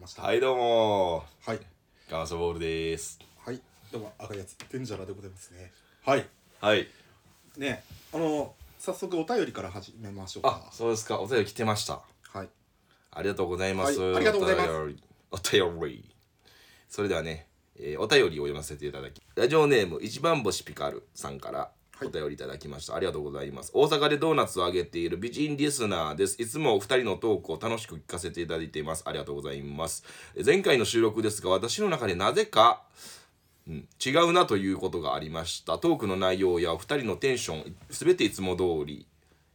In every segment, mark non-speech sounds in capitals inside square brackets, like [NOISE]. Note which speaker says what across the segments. Speaker 1: ました。
Speaker 2: はいどうも
Speaker 1: はい。
Speaker 2: ガーシャボールです
Speaker 1: はい。どうも、赤いやつ、デンジャラでございますね。はい。
Speaker 2: はい
Speaker 1: ねえ、あの、早速お便りから始めましょう
Speaker 2: あ
Speaker 1: か。
Speaker 2: そうですかお便り来てました
Speaker 1: はい。
Speaker 2: ありがとうございます、
Speaker 1: はいありがとうございます
Speaker 2: お便りお便りそれではね、えーお便りを読ませていただきラジオネーム一番星ピカルさんから
Speaker 1: はい
Speaker 2: お便りいただきました、ありがとうございます大阪でドーナツをあげている美人リスナーですいつもお二人のトークを楽しく聞かせていただいていますありがとうございますえー前回の収録ですが私の中でなぜか違うなということがありましたトークの内容やお二人のテンション全ていつも通り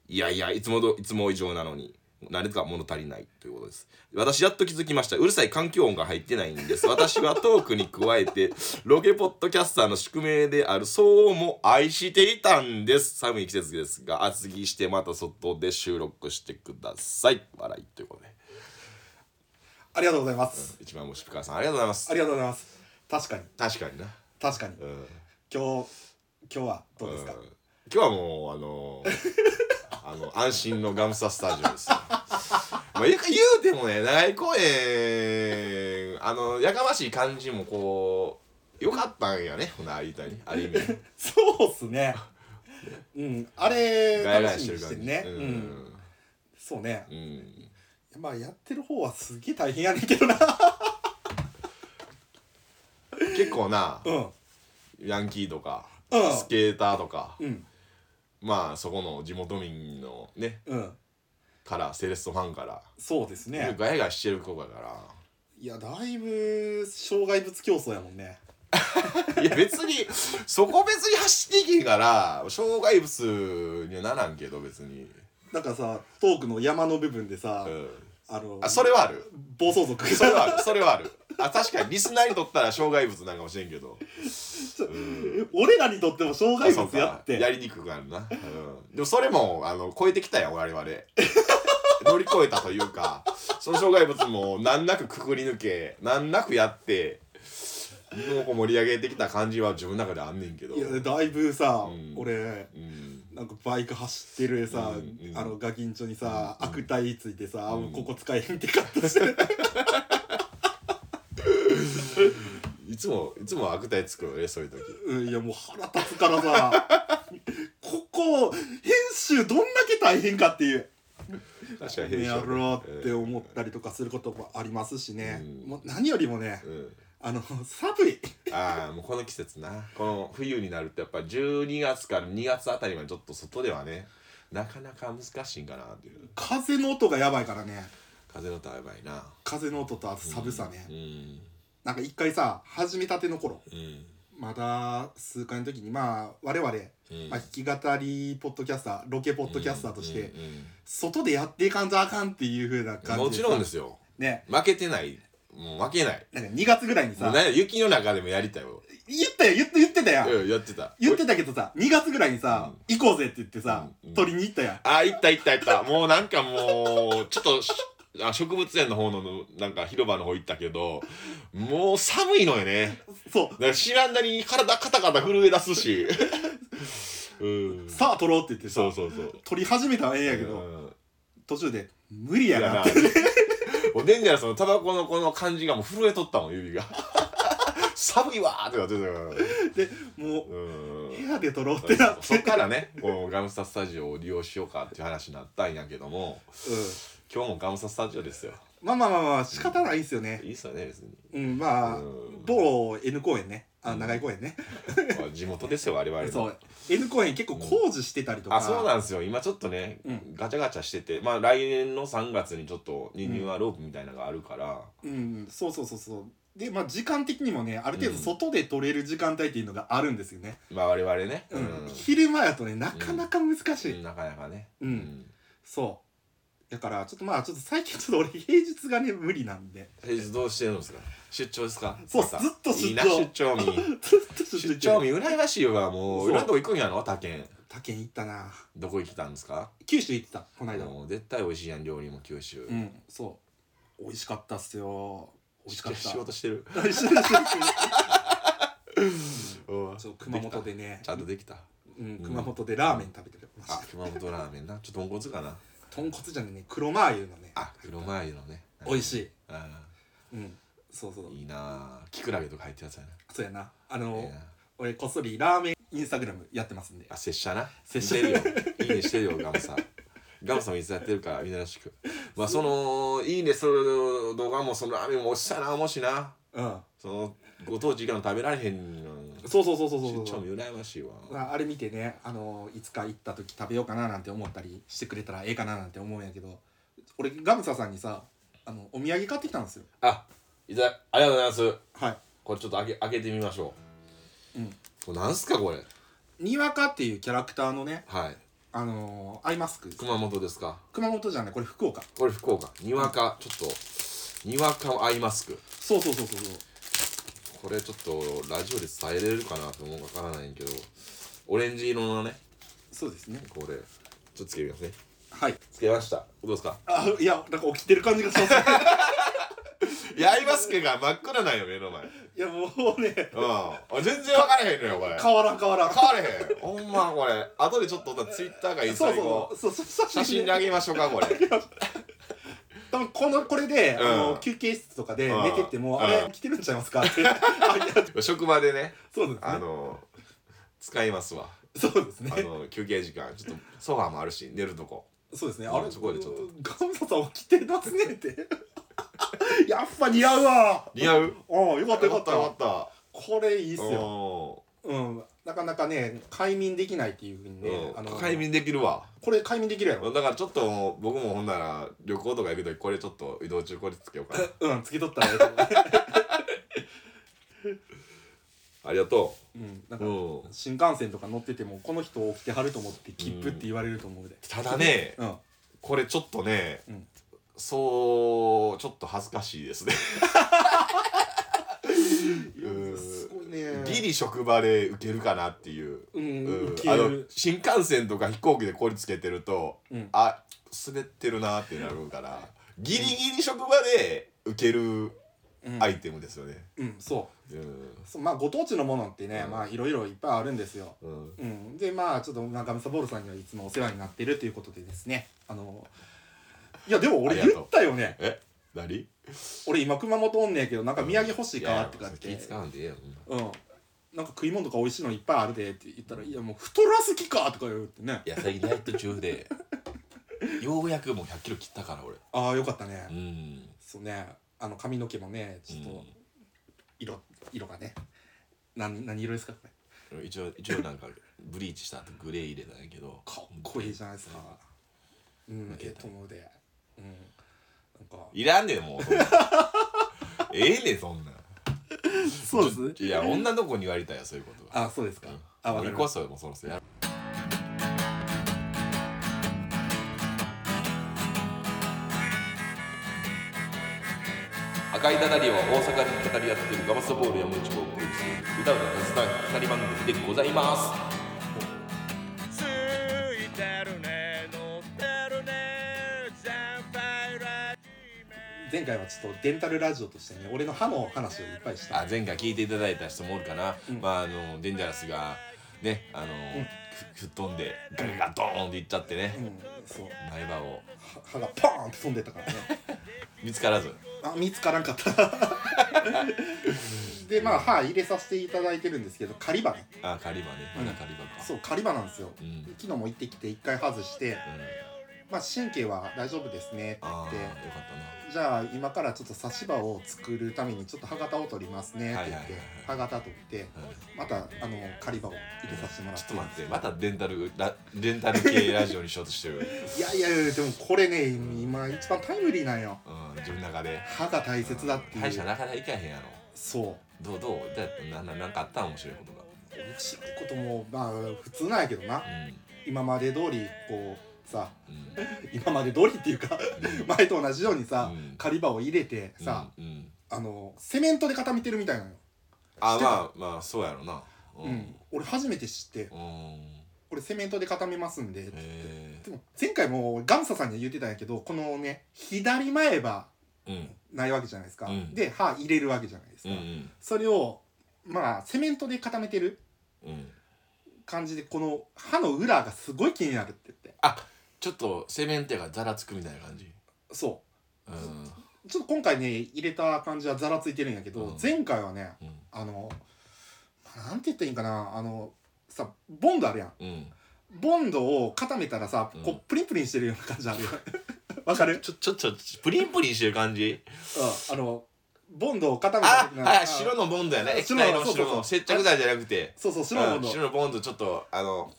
Speaker 2: いやいやいつもどいつも以上なのに何か物足りないということです私やっと気づきましたうるさい環境音が入ってないんです私はトークに加えてロケポッドキャスターの宿命である騒音も愛していたんです寒い季節ですが厚着してまた外で収録してください笑いということで
Speaker 1: ありがとうございます。
Speaker 2: 一番星ピカーさんありがとうございます
Speaker 1: ありがとうございます。確かに、
Speaker 2: 確かにな
Speaker 1: 確かに。
Speaker 2: うん
Speaker 1: 今日、今日はどうですか
Speaker 2: うん今日はもうあの [LAUGHS] ーあの安心のガムサスタジオですよ [LAUGHS] まあ、言う言うてもね長井公園あのやかましい感じもこうよかったんやねほな言いたいね
Speaker 1: [LAUGHS]
Speaker 2: ある意味
Speaker 1: そうっす
Speaker 2: [LAUGHS]
Speaker 1: ね。うん、あれ、
Speaker 2: ガヤガヤ
Speaker 1: 楽し
Speaker 2: し
Speaker 1: てみ
Speaker 2: る
Speaker 1: にし
Speaker 2: 感
Speaker 1: て
Speaker 2: じ
Speaker 1: るね。
Speaker 2: う
Speaker 1: うん。
Speaker 2: ん、
Speaker 1: そうね。
Speaker 2: うん、
Speaker 1: まあ、やってる方はすげえ大変やねんけ
Speaker 2: [LAUGHS]
Speaker 1: どな。
Speaker 2: 結構な
Speaker 1: うん。
Speaker 2: ヤンキーとか、
Speaker 1: うん
Speaker 2: スケーターとか、
Speaker 1: うん。
Speaker 2: まあそこの地元民のね
Speaker 1: うん。
Speaker 2: からセレストファンから、
Speaker 1: そうですね。
Speaker 2: ガヤガヤしてる子だから。
Speaker 1: いや、だいぶ、障害物競争やもんね。
Speaker 2: いや別にそこ別に走っていけんから障害物にはならんけど別に、
Speaker 1: なんかさ、トークの山の部分でさ
Speaker 2: う、ん、
Speaker 1: あの、
Speaker 2: あそれはある
Speaker 1: 暴走族
Speaker 2: それはあるそれはあるあ確かにリスナーにとったら障害物なんかもしれんけど、うん、
Speaker 1: 俺らにとっても障害
Speaker 2: そう
Speaker 1: 物
Speaker 2: か
Speaker 1: やって
Speaker 2: やりにくくなるな、うん、でもそれもあの超えてきたやん我々 [LAUGHS] 乗り越えたというかその障害物も難なくくくり抜け難なくやってもうこう盛り上げてきた感じは自分の中であんねんけど
Speaker 1: いやだいぶさ、
Speaker 2: うん
Speaker 1: 俺
Speaker 2: うん
Speaker 1: なんかバイク走ってるさ、
Speaker 2: うんうん
Speaker 1: あのガキンチョにさ、
Speaker 2: うん
Speaker 1: 悪態ついてさ、
Speaker 2: うん
Speaker 1: ここ使えへんってカッ
Speaker 2: [LAUGHS]
Speaker 1: トして
Speaker 2: いつもいつも悪態つくよねそういう時
Speaker 1: うんいやもう腹立つからさここ編集どんだけ大変かっていう
Speaker 2: 確かに
Speaker 1: やろうって
Speaker 2: う
Speaker 1: 思ったりとかすることもありますしね、
Speaker 2: うん
Speaker 1: もう何よりもね、
Speaker 2: ん
Speaker 1: あの寒い
Speaker 2: ああもうこの季節なこの冬になるとやっぱ12月から2月あたりまでちょっと外ではねなかなか難しいんかなっていう
Speaker 1: 風の音がやばいからね
Speaker 2: 風の音はやばいな
Speaker 1: 風の音とあと寒さね、
Speaker 2: うん
Speaker 1: なんか一回さ始めたての頃
Speaker 2: うん
Speaker 1: まだ数回の時にまあ我々、
Speaker 2: うん
Speaker 1: まあ、弾き語りポッドキャスターロケポッドキャスターとして、
Speaker 2: うんうんうん
Speaker 1: 外でやっていかんとあかんっていう風な感じ
Speaker 2: もちろんですすよ
Speaker 1: ね
Speaker 2: 負けてないもう負けない
Speaker 1: なんか2月ぐらいに
Speaker 2: も
Speaker 1: さ
Speaker 2: うなんや雪の中でもやりたいよ、
Speaker 1: 言ったよ言って言ってたやん、
Speaker 2: うん、やってた
Speaker 1: 言ってたけどさ2月ぐらいにさ、行こうぜって言ってさ、
Speaker 2: うんうん
Speaker 1: 取りに行ったやん
Speaker 2: あ、行った行った行った。もうなんかもう、ちょっとし、あ植物園の方の、なんか広場の方行ったけど、もう寒いのよね。
Speaker 1: そう
Speaker 2: だから知らんなりに体カタカタ震え出す [LAUGHS] し。うん。
Speaker 1: さあ取ろうって言ってさ
Speaker 2: そうそうそう。
Speaker 1: 取り始めたらええんやけど、
Speaker 2: うん
Speaker 1: 途中で無理や
Speaker 2: いや
Speaker 1: な
Speaker 2: な。もうデンジャラスのタバコのこの感じがもう震えとったもん、指が。寒いわーってなってた
Speaker 1: でも
Speaker 2: から。うん
Speaker 1: う部。屋で取ろうってなって、
Speaker 2: そっからね、このガムスタスタジオを利用しようかっていう話になったんやけども、
Speaker 1: う
Speaker 2: 今日もガムスタスタジオですよ。
Speaker 1: ん、まあまあまあまあ仕方ないんすよね
Speaker 2: いいっすよね、別に。
Speaker 1: うん、まあ、
Speaker 2: うん
Speaker 1: 某 N 公園ね。あ、長井公園ね。
Speaker 2: まあ地元ですよ我々の
Speaker 1: そう。N 公園結構工事してたりとか。
Speaker 2: あそうなんですよ今ちょっとね、
Speaker 1: うん
Speaker 2: ガチャガチャしててまあ来年の3月にちょっとリニューアルオープンみたいなのがあるから、
Speaker 1: うん、そうそうそうそう。で、まあ時間的にもね、ある程度外で取れる時間帯っていうのがあるんですよね。
Speaker 2: まあ我々ね、
Speaker 1: うん。
Speaker 2: うん
Speaker 1: 昼間やとね、なかなか難しい。
Speaker 2: なかなかね
Speaker 1: うんそう。だから、ちょっとまあ、ちょっと最近ちょっと俺平日がね、無理なんで。
Speaker 2: 平日どうしてるんですか出張ですか
Speaker 1: そう
Speaker 2: また
Speaker 1: ずっと [LAUGHS] 出張
Speaker 2: いいな出張民
Speaker 1: ずっと
Speaker 2: 出張
Speaker 1: 見
Speaker 2: 民羨ましいわ
Speaker 1: そ
Speaker 2: も
Speaker 1: う
Speaker 2: ういろんなとこ行くんやろ他県
Speaker 1: 他県行ったな。
Speaker 2: どこ行ってたんですか
Speaker 1: 九州行ってた、この間。
Speaker 2: もう絶対美味しいやん料理も九州、
Speaker 1: うん、そう。美味しかったっすよ。美味しかった。
Speaker 2: 仕事
Speaker 1: [LAUGHS]
Speaker 2: してる
Speaker 1: してるしてるしてる
Speaker 2: うん
Speaker 1: そう熊本でね
Speaker 2: きたちゃんとできた
Speaker 1: うん、
Speaker 2: うん
Speaker 1: 熊本でラーメン食べてました
Speaker 2: あ熊本ラーメンなちょっと豚骨かな
Speaker 1: 豚骨じゃねえね黒マー油のね
Speaker 2: あ黒マー油のね
Speaker 1: 美味しい
Speaker 2: あ
Speaker 1: うんそうそう
Speaker 2: いいなあキクラゲとか入ってるやつやな
Speaker 1: そうやなあの、
Speaker 2: ええな
Speaker 1: 俺こっそりラーメンインスタグラムやってますんで
Speaker 2: あ拙者な
Speaker 1: 拙者
Speaker 2: 似てるよいいねしてるよガム [LAUGHS] さんガムさんもいつやってるからみんならしくまあそのいいねその動画もそのラーメンもおっしゃなもしな
Speaker 1: うん
Speaker 2: そのご当地以外の食べられへんの
Speaker 1: そうそうそうそう
Speaker 2: ち
Speaker 1: そ
Speaker 2: っ
Speaker 1: う
Speaker 2: ち
Speaker 1: そ
Speaker 2: ゃも
Speaker 1: う
Speaker 2: 羨ましいわ
Speaker 1: ああれ見てねあのいつか行った時食べようかななんて思ったりしてくれたらええかななんて思うんやけど俺ガムサさんにさあのお土産買ってきたんですよ
Speaker 2: あいただありがとうございます
Speaker 1: はい
Speaker 2: これちょっと開け開けてみましょう
Speaker 1: うん
Speaker 2: これなんすかこれ
Speaker 1: にわかっていうキャラクターのね
Speaker 2: はい
Speaker 1: あのーアイマスク
Speaker 2: 熊本ですか
Speaker 1: 熊本じゃないこれ福岡
Speaker 2: これ福岡にわかちょっとにわかアイマスク
Speaker 1: そうそうそうそうそう
Speaker 2: これちょっとラジオで伝えれるかなともわからないんけどオレンジ色のね
Speaker 1: そうですね
Speaker 2: これちょっとつけてみますね
Speaker 1: はい
Speaker 2: つけましたどうですか
Speaker 1: あいやなんか起きてる感じがし
Speaker 2: [LAUGHS]
Speaker 1: ますね
Speaker 2: いやアイマスクが真っ暗なんよ目の前うん
Speaker 1: いやもうね
Speaker 2: あ全然わからへんのよこれ
Speaker 1: 変わらん変わらん
Speaker 2: 変われへんほんまこれ後でちょっとツイッターかインス
Speaker 1: そ
Speaker 2: タ
Speaker 1: う
Speaker 2: にこ
Speaker 1: そうそうそうそう
Speaker 2: う写真であげましょうかこれ
Speaker 1: 多分このこれで、
Speaker 2: うん
Speaker 1: あの休憩室とかで
Speaker 2: うん
Speaker 1: 寝てっても、
Speaker 2: うん
Speaker 1: あれ来てるんちゃいますか
Speaker 2: [LAUGHS]
Speaker 1: ってあいや
Speaker 2: 職場でね
Speaker 1: そうですね
Speaker 2: あの使いますわ
Speaker 1: そうです
Speaker 2: あ
Speaker 1: ね
Speaker 2: の休憩時間ちょっとソファーもあるし寝るとこ
Speaker 1: そうですね
Speaker 2: うん
Speaker 1: あれ
Speaker 2: そこでちょっと
Speaker 1: ガムサさん起きてますねって
Speaker 2: [LAUGHS]
Speaker 1: やっぱ似合うわ
Speaker 2: 似合う
Speaker 1: ああよかったよかった
Speaker 2: よかった
Speaker 1: これいいっ
Speaker 2: い
Speaker 1: すよ
Speaker 2: よ
Speaker 1: うんなかなかね快眠できないっていうふうにね、あの
Speaker 2: 快眠できるわ
Speaker 1: これ快眠できるやろ
Speaker 2: だからちょっともう僕もほんなら旅行とか行く時これちょっと移動中これつけようかな
Speaker 1: うん [LAUGHS] つけとったらええと思
Speaker 2: ありがと
Speaker 1: ううんなん
Speaker 2: う、
Speaker 1: か
Speaker 2: うん、
Speaker 1: 新幹線とか乗っててもこの人起きてはると思って切符って言われると思うで
Speaker 2: ただね
Speaker 1: うん
Speaker 2: これちょっとね、
Speaker 1: うん
Speaker 2: そうちょっと恥ずかしいですねうん
Speaker 1: すごいね
Speaker 2: ギリ職場で受けるかなっていう、
Speaker 1: うん
Speaker 2: うん
Speaker 1: 受け
Speaker 2: あの
Speaker 1: る
Speaker 2: 新幹線とか飛行機でこれつけてると
Speaker 1: うん
Speaker 2: あ滑ってるなってなるからギリギリ職場で受ける
Speaker 1: うん
Speaker 2: アイテムですよね。
Speaker 1: うんそ
Speaker 2: うん
Speaker 1: うそうまあご当地のものってね、
Speaker 2: うん
Speaker 1: まあいろいろいっぱいあるんですよ
Speaker 2: うん
Speaker 1: うん、でまあちょっとガムサボールさんにはいつもお世話になってるということでですねあのいやでも俺
Speaker 2: ありが
Speaker 1: 言
Speaker 2: とう
Speaker 1: ったよね
Speaker 2: え何
Speaker 1: 俺今熊本おんねんけどなんか土産欲しい
Speaker 2: い
Speaker 1: か
Speaker 2: や
Speaker 1: ってかって
Speaker 2: 気使うんでええよ
Speaker 1: うんなんか食い物とか美味しいのいっぱいあるでって言ったら「いやもう太らす気か!」とか言ってね
Speaker 2: いや最近ダイエット
Speaker 1: [LAUGHS]
Speaker 2: 中でようやくもう100キロ切ったから俺
Speaker 1: ああよかったね、
Speaker 2: うん
Speaker 1: そうねあの髪の毛もねちょっ
Speaker 2: う
Speaker 1: と
Speaker 2: ん
Speaker 1: 色、色がね何何色ですかこれ
Speaker 2: 一応一応なんかブリーチした後グレー入れたんやけど
Speaker 1: かっこいいじゃないですかうん
Speaker 2: 抜け
Speaker 1: え
Speaker 2: た
Speaker 1: えと思うでうんなんか
Speaker 2: いらんねんもうそんなんええねんそんなん
Speaker 1: そうです
Speaker 2: いや女の子に言われたいよそういうことが
Speaker 1: あそうですか、あわ
Speaker 2: も
Speaker 1: か
Speaker 2: う
Speaker 1: り
Speaker 2: 行
Speaker 1: ま
Speaker 2: こ
Speaker 1: した
Speaker 2: うそれもうそろそろやる赤いダダリは大阪で語り合ってるガマスボール山内をお送りする歌うた雑談語り番組でございます
Speaker 3: ついてるね乗ってるね全敗ラジメ
Speaker 1: 前回はちょっとデンタルラジオとしてね俺の歯の話をいっぱいした
Speaker 2: あ前回聞いていただいた人もおるかな、
Speaker 1: うん
Speaker 2: まああのデンジャラスがねあの、
Speaker 1: うん
Speaker 2: ふ吹っ飛んでガガガドーンっていっちゃって
Speaker 1: う
Speaker 2: ね、
Speaker 1: んそう
Speaker 2: 苗場を
Speaker 1: 歯歯がポーンって飛んでったからね
Speaker 2: 見つからず
Speaker 1: あ見つからんかったでまあ歯入れさせていただいてるんですけど狩り歯ね
Speaker 2: あ狩り場ねまだ狩り場か、
Speaker 1: そう狩り歯なんですよ
Speaker 2: うんうん
Speaker 1: 昨日も行ってきて一回外してまあ神経は大丈夫ですねって言
Speaker 2: あ
Speaker 1: っ
Speaker 2: あよ
Speaker 1: て
Speaker 2: かったな
Speaker 1: じゃあ今からちょっと差し歯を作るためにちょっと歯型を取りますねって言って、
Speaker 2: はいはいはい
Speaker 1: 歯型取ってまたあの狩り歯を入れさせてもらっ
Speaker 2: ちょってと待ってまたデンタルラデンタル系ラジオにしようとしてる、
Speaker 1: [LAUGHS] いやいやいやでもこれね今一番タイムリーなんよ
Speaker 2: うん、自分の中で
Speaker 1: 歯が大切だっていう
Speaker 2: 歯医者なかなか行かへんやろ
Speaker 1: そう
Speaker 2: どうどうだってなななんかあった面白いことが
Speaker 1: 面白いこともまあ普通なんやけどな
Speaker 2: うん
Speaker 1: 今まで通りこうさ
Speaker 2: うん
Speaker 1: 今まで通りっていうか前と同じようにさ、
Speaker 2: うん
Speaker 1: 狩り歯を入れてさ、
Speaker 2: うんうん、
Speaker 1: あのセメントで固めてるみたいなのよ、
Speaker 2: あまあまあそうやろなう
Speaker 1: うん俺初めて知って
Speaker 2: うん
Speaker 1: これセメントで固めますんで、
Speaker 2: え
Speaker 1: でも前回もガムサさんには言ってたんやけどこのね左前歯
Speaker 2: ー、うん
Speaker 1: ないわけじゃないですか、
Speaker 2: うん
Speaker 1: で歯入れるわけじゃないです
Speaker 2: う
Speaker 1: か、
Speaker 2: ん
Speaker 1: それをまあセメントで固めてる
Speaker 2: うんうん
Speaker 1: 感じでこの歯の裏がすごい気になるって言って
Speaker 2: あちょっとセメンテがザラつくみたいな感じ
Speaker 1: そ
Speaker 2: うん
Speaker 1: うちょっと今回ね入れた感じはざらついてるんやけど、
Speaker 2: うん
Speaker 1: 前回はね
Speaker 2: うん
Speaker 1: あのなんて言ったらいいんかなあのさボンドあるやん
Speaker 2: うん
Speaker 1: ボンドを固めたらさ、
Speaker 2: うん
Speaker 1: こうプリンプリンしてるような感じあるよ [LAUGHS] わかる、
Speaker 2: ちょちょちょちょプリンプリンしてる感じ
Speaker 1: うん、あのボンドを固めた
Speaker 2: あ
Speaker 1: 時の
Speaker 2: あ白のボンドやね液
Speaker 1: 白
Speaker 2: 体
Speaker 1: そ
Speaker 2: の
Speaker 1: うそう
Speaker 2: 白
Speaker 1: そ
Speaker 2: の
Speaker 1: う
Speaker 2: 接着剤じゃなくて
Speaker 1: そうそう白の
Speaker 2: う
Speaker 1: ボン
Speaker 2: ん
Speaker 1: ド、
Speaker 2: 白のボンドちょっとあの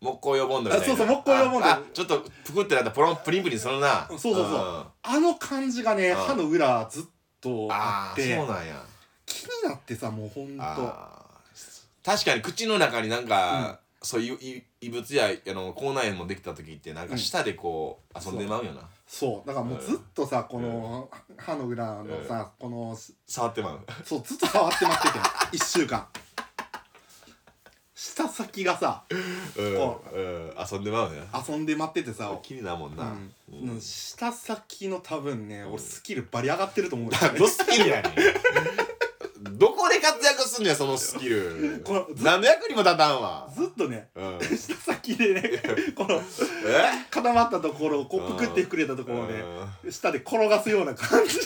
Speaker 2: 木工用ボンドみたいな
Speaker 1: あそうそう木工用ボンド
Speaker 2: ああちょっとぷくってなったポロンプリンプリンするな
Speaker 1: うんそうそうそうん
Speaker 2: あ
Speaker 1: あの感じがね
Speaker 2: うん
Speaker 1: 歯の裏ずっとあ
Speaker 2: あ
Speaker 1: っ
Speaker 2: そう
Speaker 1: て
Speaker 2: なんや
Speaker 1: 気になってさもうほんと
Speaker 2: あー確かに口の中になんか、そういうい異物やあの口内炎もできた時ってなんか舌でこう、遊んでまうよな
Speaker 1: そうだからもうずっとさこの歯の裏のさこの
Speaker 2: 触ってまう
Speaker 1: そうずっと触って待ってて1 [LAUGHS] 週間舌先がさ
Speaker 2: うん、
Speaker 1: こ
Speaker 2: うん、遊んでまうよな
Speaker 1: 遊んで待っててさ
Speaker 2: 気になるもん
Speaker 1: う
Speaker 2: な、
Speaker 1: ん
Speaker 2: うん
Speaker 1: うん舌先の多分ね俺スキルバリ上がってると思うよ
Speaker 2: [LAUGHS] どスキルやね
Speaker 1: [LAUGHS]
Speaker 2: んどこで活躍すんのやそのスキル
Speaker 1: このず
Speaker 2: 何の役にも立たんわ、
Speaker 1: ずっとね
Speaker 2: うん、
Speaker 1: 舌先でね
Speaker 2: [LAUGHS]
Speaker 1: この
Speaker 2: え
Speaker 1: 固まったところをこうぷくってくれたところをね
Speaker 2: う
Speaker 1: 舌で転がすような感じ
Speaker 2: ん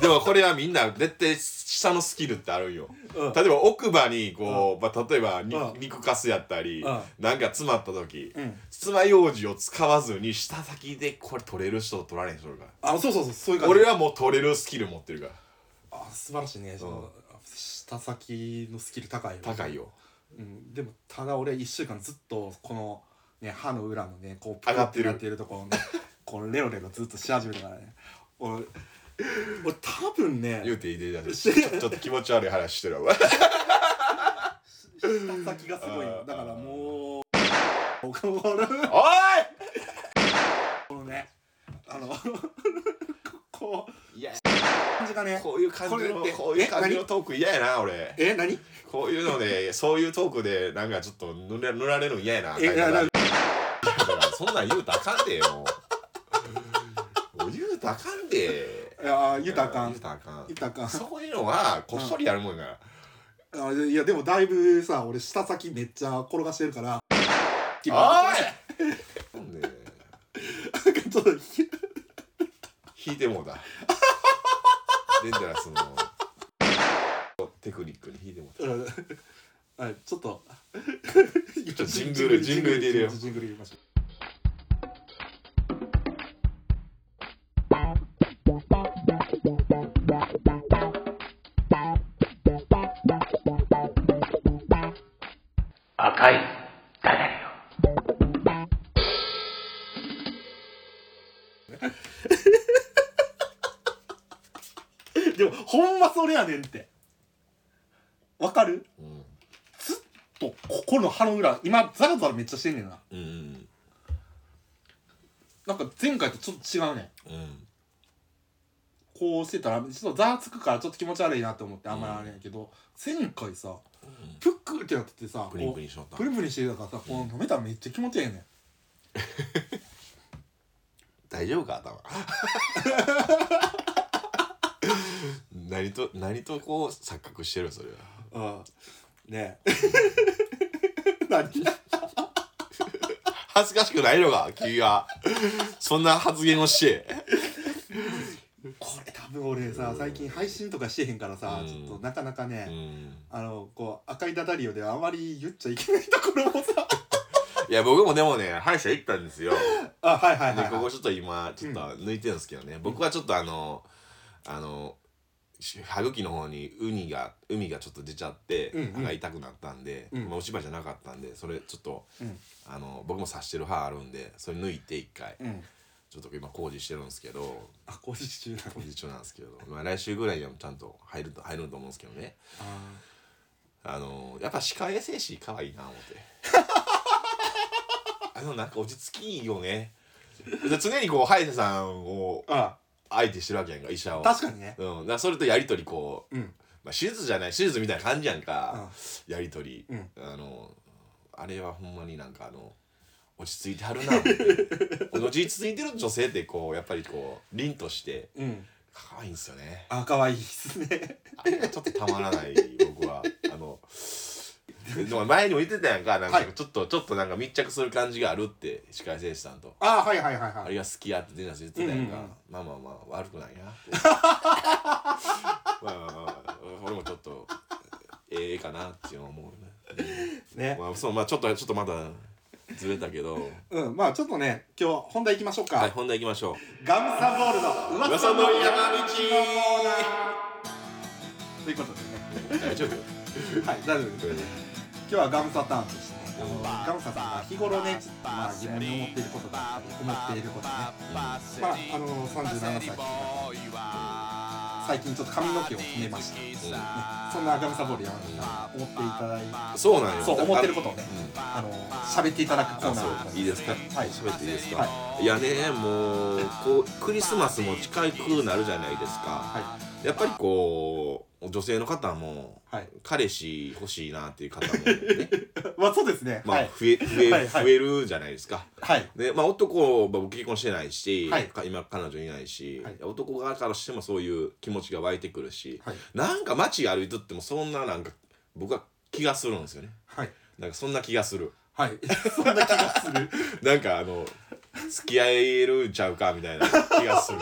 Speaker 2: でもこれはみんな絶対下のスキルってあるんよ
Speaker 1: うん
Speaker 2: 例えば奥歯にこう、まあ、例えばに
Speaker 1: うん
Speaker 2: 肉かすやったり、
Speaker 1: うん
Speaker 2: なんか詰まった時
Speaker 1: うん
Speaker 2: 爪楊枝を使わずに下先でこれ取れる人と取られへん人おるから
Speaker 1: あそうそうそうそういう感じ
Speaker 2: 俺はもう取れるスキル持ってるから
Speaker 1: あ素晴らしいねその舌先のスキル高いよ
Speaker 2: 高いよ
Speaker 1: うん、でもただ俺1週間ずっとこの、ね、歯の裏のねこう
Speaker 2: 上がってる
Speaker 1: なってると
Speaker 2: [LAUGHS]
Speaker 1: ころねこのレロレロずっとし始めたからね俺俺多分ね
Speaker 2: 言うていいで
Speaker 1: [LAUGHS]
Speaker 2: ちょちょっと気持ち悪い話してるわお [LAUGHS] 前
Speaker 1: 舌先がすごいよ
Speaker 2: あー
Speaker 1: だからもうこの
Speaker 2: おい
Speaker 1: このねあの [LAUGHS] こう
Speaker 2: いや
Speaker 1: 感じがね
Speaker 2: こういう感じの
Speaker 1: これ
Speaker 2: こういう感じの
Speaker 1: え
Speaker 2: トーク嫌やな俺
Speaker 1: え何
Speaker 2: こういうのでそういうトークでなんかちょっと塗ら塗られるの嫌やな
Speaker 1: えなな
Speaker 2: そんなん言うたらあかんでよもう言うたらあかんで
Speaker 1: いや言うたらあかん
Speaker 2: 言うたらあかん
Speaker 1: 言うたらあかん
Speaker 2: そういうのはこっそりやるもんやから
Speaker 1: あいやでもだいぶさ俺舌先めっちゃ転がしてるから
Speaker 2: おいなんで
Speaker 1: なんか [LAUGHS] ちょっと
Speaker 2: 引いて
Speaker 1: [LAUGHS]
Speaker 2: もうたデンジャラスのテクニックに引いてもう
Speaker 1: う
Speaker 2: た
Speaker 1: んはい、ちょっと。
Speaker 2: ちょっとジングルジングル入れるよ
Speaker 1: ジングル入れましょ
Speaker 4: 赤いダイヤルよ
Speaker 1: う。でも、ほんまそれやねんって。わかる
Speaker 2: うん
Speaker 1: と、ここの歯の裏、今、ザラザラめっちゃしてんねんな。
Speaker 2: うん
Speaker 1: なんか前回とちょっと違うねん。
Speaker 2: うん
Speaker 1: こうしてたら、ちょっとざわつくからちょっと気持ち悪いなって思ってあんまりあれやけど、前回さ、ぷっくってなっててさ、
Speaker 2: プリンプリン
Speaker 1: こ
Speaker 2: しとっ
Speaker 1: う
Speaker 2: た
Speaker 1: プリンプリンしてるからさ、この舐めたらめっちゃ気持ちいいねん。
Speaker 2: 大丈夫か頭 [LAUGHS] 何と何とこう錯覚してるそれは
Speaker 1: うん。 [LAUGHS] ねえ。何
Speaker 2: 恥ずかしくないのか君はそんな発言をして
Speaker 1: これ多分俺さ、最近配信とかしてへんからさ、
Speaker 2: うん
Speaker 1: ちょっとなかなかね、
Speaker 2: うん
Speaker 1: あのこう赤いダダリオではあまり言っちゃいけないところも
Speaker 2: [LAUGHS]
Speaker 1: さ
Speaker 2: いや僕もでもね歯医者行ったんですよ
Speaker 1: あはいはい
Speaker 2: で
Speaker 1: はい、
Speaker 2: こ
Speaker 1: は
Speaker 2: こ
Speaker 1: い、
Speaker 2: ちょっと今ちょっと抜いてるんですけどね、僕はちょっとあのあのし歯茎の方にウニが海がちょっと出ちゃって、
Speaker 1: うんうん
Speaker 2: 歯が痛くなったんで、
Speaker 1: うん
Speaker 2: まあ、お芝居じゃなかったんでそれちょっと、
Speaker 1: うん
Speaker 2: あの僕も刺してる歯あるんでそれ抜いて一回、
Speaker 1: うん
Speaker 2: ちょっと今工事してるんですけど
Speaker 1: あ工事中だ
Speaker 2: 工事中なんですけど、 [LAUGHS] まあ、来週ぐらいにはちゃんと入ると入ると思うんですけどねあのやっぱ歯科衛生士可愛いな思って
Speaker 1: [LAUGHS]
Speaker 2: あのなんか落ち着きいいよねで常にこう歯医者さんを
Speaker 1: あ
Speaker 2: 相手してるわけやんか医者を
Speaker 1: 確かにね
Speaker 2: うん、だからそれとやり取りこう、
Speaker 1: うん
Speaker 2: まあ、手術じゃない手術みたいな感じやんか、やり取り、
Speaker 1: うん
Speaker 2: あのあれはほんまになんかあの落ち着いてはる
Speaker 1: [LAUGHS]
Speaker 2: な思って落ち着いてる女性ってこうやっぱりこう凛として
Speaker 1: うん
Speaker 2: 可愛いんですよね
Speaker 1: あ可愛いっすね [LAUGHS]
Speaker 2: あれがちょっとたまらない僕はあのでも前にも言ってたやんかなんか
Speaker 1: はい
Speaker 2: ちょっと、ちょっとなんか密着する感じがあるって歯科衛生士さんと、
Speaker 1: ああはいはいはい
Speaker 2: あ
Speaker 1: は
Speaker 2: れ
Speaker 1: い
Speaker 2: が好きやってデナス言ってたやんか、
Speaker 1: うんうんうん
Speaker 2: まあまあまあ悪
Speaker 1: [LAUGHS]
Speaker 2: くないなってまあまあまあ俺もちょっとええかなって思う
Speaker 1: [LAUGHS]
Speaker 2: ね、
Speaker 1: ね
Speaker 2: まあそうまあちょっとちょっとまだずれたけど
Speaker 1: うんまあちょっとね今日本題行きましょうか、
Speaker 2: はい本題行きましょう
Speaker 1: ガムサボールの噂の
Speaker 2: 噂の
Speaker 1: 山
Speaker 2: 山道
Speaker 1: ということで
Speaker 2: 大丈夫
Speaker 1: ねはい大丈夫です今日はガムサターンとしてねあのガムサさんが日頃ね、まあ、疑問に思っていることだったり思っていることね
Speaker 3: ま
Speaker 1: まああの37歳最近ちょっと髪の毛を染めました、ね、そんなガムサボール山口が思っていただい
Speaker 2: そうなんよ
Speaker 1: そう思ってることをね
Speaker 2: うん
Speaker 1: あの喋っていただくコーナ
Speaker 2: あそ
Speaker 1: ー
Speaker 2: ういいですか
Speaker 1: はい
Speaker 2: 喋っていいですか、、
Speaker 1: はい
Speaker 2: やねもうこうクリスマスも近くなるじゃないですか
Speaker 1: は
Speaker 2: やっぱりこう女性の方も
Speaker 1: いはい
Speaker 2: 彼氏欲しいなっていう方も
Speaker 1: [LAUGHS]
Speaker 2: ね
Speaker 1: まあそうですね、
Speaker 2: ま
Speaker 1: は
Speaker 2: あ
Speaker 1: い
Speaker 2: 増え増え
Speaker 1: はいはい
Speaker 2: 増えるじゃないですか
Speaker 1: はい
Speaker 2: でまあ男は僕結婚してないし、
Speaker 1: はい
Speaker 2: か今彼女いないし、
Speaker 1: はい
Speaker 2: 男側からしてもそういう気持ちが湧いてくるし、
Speaker 1: はい
Speaker 2: なんか街歩いとってもそんななんか僕は気がするんですよね
Speaker 1: はい
Speaker 2: なんかそんな気がする
Speaker 1: はいそんな気がする
Speaker 2: なんかあの付き合えるんちゃうかみたいな気
Speaker 1: [LAUGHS]
Speaker 2: がする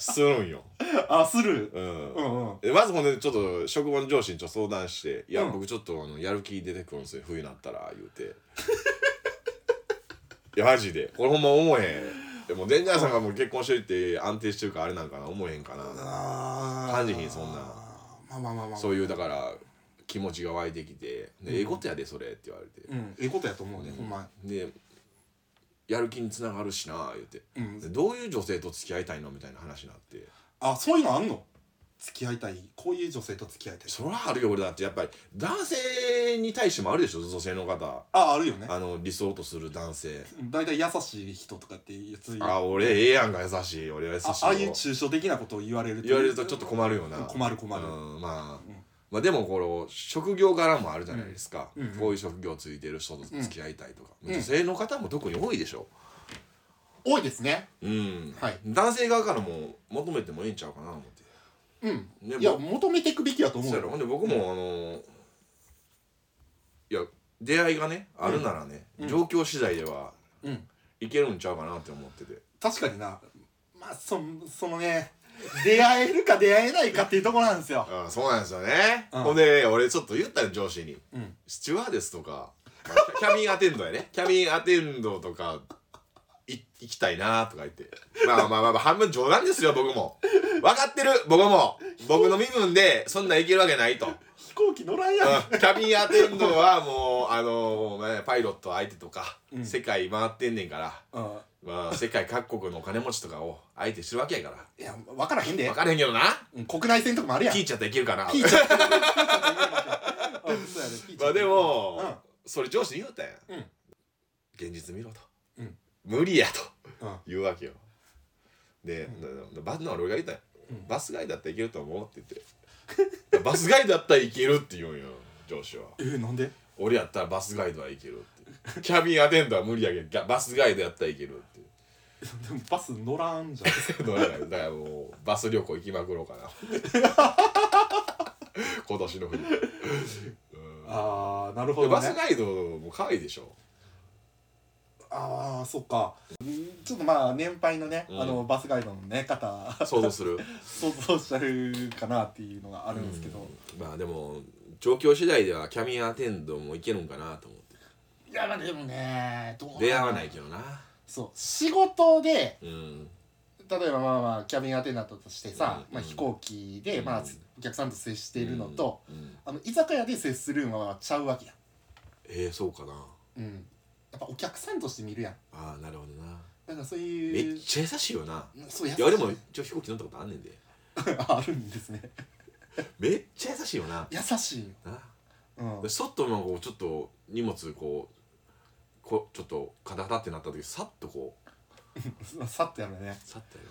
Speaker 2: するんよ、
Speaker 1: あする
Speaker 2: うん
Speaker 1: うんうん
Speaker 2: でまずほんでちょっと職場の上司にちょっと相談して「いや、
Speaker 1: うん
Speaker 2: 僕ちょっとあのやる気出てくるんですよ冬になったら」言うて [LAUGHS] いやマジでこれほんま思えへんでもデンジャーさんがもう結婚してるって安定してるからあれなんかな思えへんかな
Speaker 1: あー
Speaker 2: 感じひんそんな
Speaker 1: まあまあまあまあ
Speaker 2: そういうだから気持ちが湧いてきて「でええことやでそれ」って言われて、
Speaker 1: うんええことやと思うね、ほんま
Speaker 2: でやる気につながるしな言うて、
Speaker 1: うん
Speaker 2: でどういう女性と付き合いたいのみたいな話になって
Speaker 1: あそういうのあんの付き合いたいこういう女性と付き合いたい
Speaker 2: そりゃあるよ俺だってやっぱり男性に対してもあるでしょ女性の方
Speaker 1: ああるよね
Speaker 2: あの理想とする男性
Speaker 1: 大体優しい人とかっていうつい
Speaker 2: あ
Speaker 1: あ
Speaker 2: 俺ええやんか優しい俺は優しいよ
Speaker 1: ああいう抽象的なことを言われる
Speaker 2: 言われるとちょっと困るよな
Speaker 1: 困る困る
Speaker 2: うんまあ、まあでもこの職業柄もあるじゃないですか、
Speaker 1: うんうん
Speaker 2: こういう職業ついてる人と付き合いたいとか、
Speaker 1: ん
Speaker 2: 女性の方も特に多いでしょ
Speaker 1: 多いですね
Speaker 2: うん、
Speaker 1: はい
Speaker 2: 男性側からも求めてもええんちゃうかな思って
Speaker 1: うん
Speaker 2: ね
Speaker 1: いや
Speaker 2: 僕
Speaker 1: 求めていくべきやと思
Speaker 2: そう
Speaker 1: う
Speaker 2: や
Speaker 1: よ
Speaker 2: ろほんで僕もあのいや出会いがねあるならね、状況次第では
Speaker 1: うん
Speaker 2: いけるんちゃうかなって思ってて
Speaker 1: 確かになまあそそのね出会えるか出会えないかっていうところなんですよ
Speaker 2: あそうなんですよね、
Speaker 1: うん
Speaker 2: ほんで俺ちょっと言ったよ上司に、
Speaker 1: ん
Speaker 2: スチュワーデスとか、まあキャキャビンアテンドやねキャビンアテンドとかい行きたいなとか言ってまあまあまあまあ半分冗談ですよ僕も分かってる僕も僕の身分でそんなんいけるわけないと
Speaker 1: 飛行機乗らんやん
Speaker 2: うんキャビンアテンドはもうあのーねパイロット相手とか、世界回ってんねんか
Speaker 1: う
Speaker 2: ら、
Speaker 1: ん
Speaker 2: まあ、世界各国のお金持ちとかを相手してるわけやから
Speaker 1: いや分からへんで
Speaker 2: 分からへんけどな
Speaker 1: うん国内線とかもあるやん
Speaker 2: 聞いちゃったらいけるかな
Speaker 1: 聞いちゃってる聞いちゃってるうんそうやね聞いち
Speaker 2: [LAUGHS] ま
Speaker 1: ゃ
Speaker 2: あ
Speaker 1: って
Speaker 2: で
Speaker 1: る
Speaker 2: も、
Speaker 1: うん
Speaker 2: それ上司に言うたやん、
Speaker 1: うん
Speaker 2: 現実見ろと、
Speaker 1: うん
Speaker 2: 無理やと
Speaker 1: うん
Speaker 2: 言うわけよで、ななバスの俺が言ったやん、バスガイだったらいけると思うって言って [LAUGHS] バスガイだったらいけるって言うんよ上司は
Speaker 1: えーなんで
Speaker 2: 俺やったらバスガイドはいけるってキャビンアテンドは無理やけどバスガイドやったらいけるって [LAUGHS]
Speaker 1: でもバス乗らんじゃん
Speaker 2: どうやらだからもうバス旅行行きまくろうかな
Speaker 1: [LAUGHS]
Speaker 2: 今年の冬
Speaker 1: ああなるほ
Speaker 2: で
Speaker 1: ど
Speaker 2: バス
Speaker 1: ね
Speaker 2: ガイドも可愛いでしょ
Speaker 1: ああそっかちょっとまあ年配のね、
Speaker 2: うん
Speaker 1: あのバスガイドのね方
Speaker 2: 想像する
Speaker 1: 想像しちゃうかなっていうのがあるんですけど、
Speaker 2: まあでも状況次第ではキャビンアテンドもいけるんかなと思って
Speaker 1: いやまあでもねどう
Speaker 2: 出会わないけどな
Speaker 1: そう仕事で
Speaker 2: うん
Speaker 1: 例えばまあまあキャビンアテンダントとしてさ、
Speaker 2: うん
Speaker 1: まあ、飛行機で、
Speaker 2: うん
Speaker 1: まあ、お客さんと接しているのと、
Speaker 2: うん
Speaker 1: あの居酒屋で接するのはちゃうわけや
Speaker 2: ええそうかな
Speaker 1: うんやっぱお客さんとして見るやん
Speaker 2: ああなるほどな
Speaker 1: だからそう
Speaker 2: め
Speaker 1: い
Speaker 2: っ
Speaker 1: う
Speaker 2: ちゃ優しいよな
Speaker 1: そう優し
Speaker 2: いや俺も一応飛行機乗ったことあんねんで
Speaker 1: [LAUGHS] あるんですね
Speaker 2: めっちゃ優しいよな
Speaker 1: 優しいよ、
Speaker 2: な
Speaker 1: うん
Speaker 2: で、そっとなんかこうちょっと荷物こうこうちょっとカタカタってなった時さっとこう
Speaker 1: さっとやるね
Speaker 2: さっとやる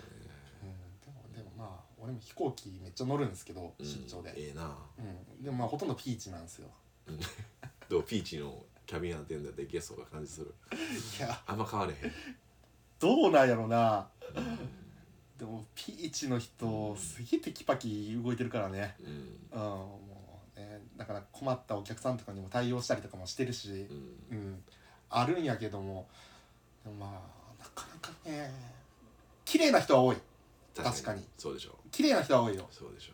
Speaker 2: よね
Speaker 1: うんでもでもまあ俺も飛行機めっちゃ乗るんですけど
Speaker 2: うん
Speaker 1: 出張で、
Speaker 2: ええな
Speaker 1: うん、でもまあほとんどピーチなんですよ
Speaker 2: どうピーチのキャビンアテンダーでゲストが感じする
Speaker 1: いや
Speaker 2: あんま変われへん
Speaker 1: どうなんやろなでもピーチの人すげえテキパキ動いてるからね
Speaker 2: うん
Speaker 1: うんもうねだから困ったお客さんとかにも対応したりとかもしてるし
Speaker 2: う、ん
Speaker 1: うん、あるんやけどもでもまあなかなかね綺麗な人は多い確かに
Speaker 2: そうでしょう
Speaker 1: 綺麗な人は多いよ
Speaker 2: そうでしょ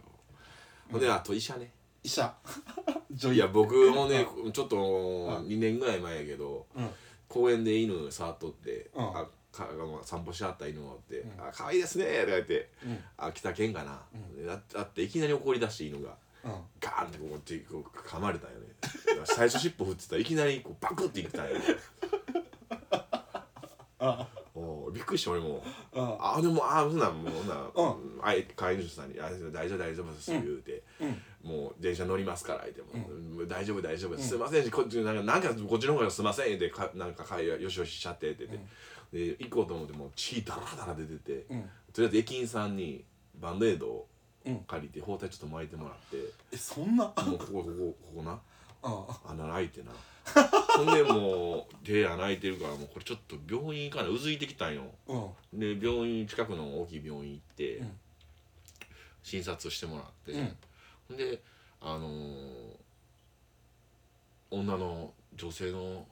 Speaker 2: うほんであと医者ね
Speaker 1: 医
Speaker 2: [LAUGHS]
Speaker 1: 者女
Speaker 2: い
Speaker 1: 優
Speaker 2: や僕もねちょっと
Speaker 1: ん
Speaker 2: 2年ぐらい前やけど
Speaker 1: うん
Speaker 2: 公園で犬触っとって、
Speaker 1: うん
Speaker 2: あかあの散歩しはった犬をおって
Speaker 1: う
Speaker 2: 「
Speaker 1: ん
Speaker 2: あ可愛いですね」とか言って
Speaker 1: うん
Speaker 2: 「あ来たけんかな」
Speaker 1: うん
Speaker 2: でだだっていきなり怒り出して犬が
Speaker 1: うん
Speaker 2: ガーンってこうってこう噛まれたんよねだから最初尻尾振ってたらいきなりこうバクっていったんよ
Speaker 1: [LAUGHS] あ
Speaker 2: おうびっくりした俺も
Speaker 1: あ
Speaker 2: あでもあそんなんもうそんなん、
Speaker 1: う
Speaker 2: あい飼い主さんに「あ大丈夫大丈夫です」言うて、
Speaker 1: うん
Speaker 2: もう電車乗りますから」言っても「もう大丈夫大丈夫ですすいませんしこっちなんかなんかこっちの方がすいません」ってかなんか会話よしよししちゃってって言って、で行こうと思ってもう血ダラダラ出てて、
Speaker 1: うん
Speaker 2: とりあえず駅員さんにバンドエイドを
Speaker 1: うん
Speaker 2: 借りて包帯ちょっと巻いてもらって
Speaker 1: えそんなあ
Speaker 2: もうここここここな
Speaker 1: あ
Speaker 2: 穴開いてなほんでもう手穴開いてるからもうこれちょっと病院行かないうずいてきたんよ
Speaker 1: うん
Speaker 2: で病院近くの大きい病院行って、
Speaker 1: うん
Speaker 2: 診察してもらって、
Speaker 1: うん
Speaker 2: ほんであのー女の女性の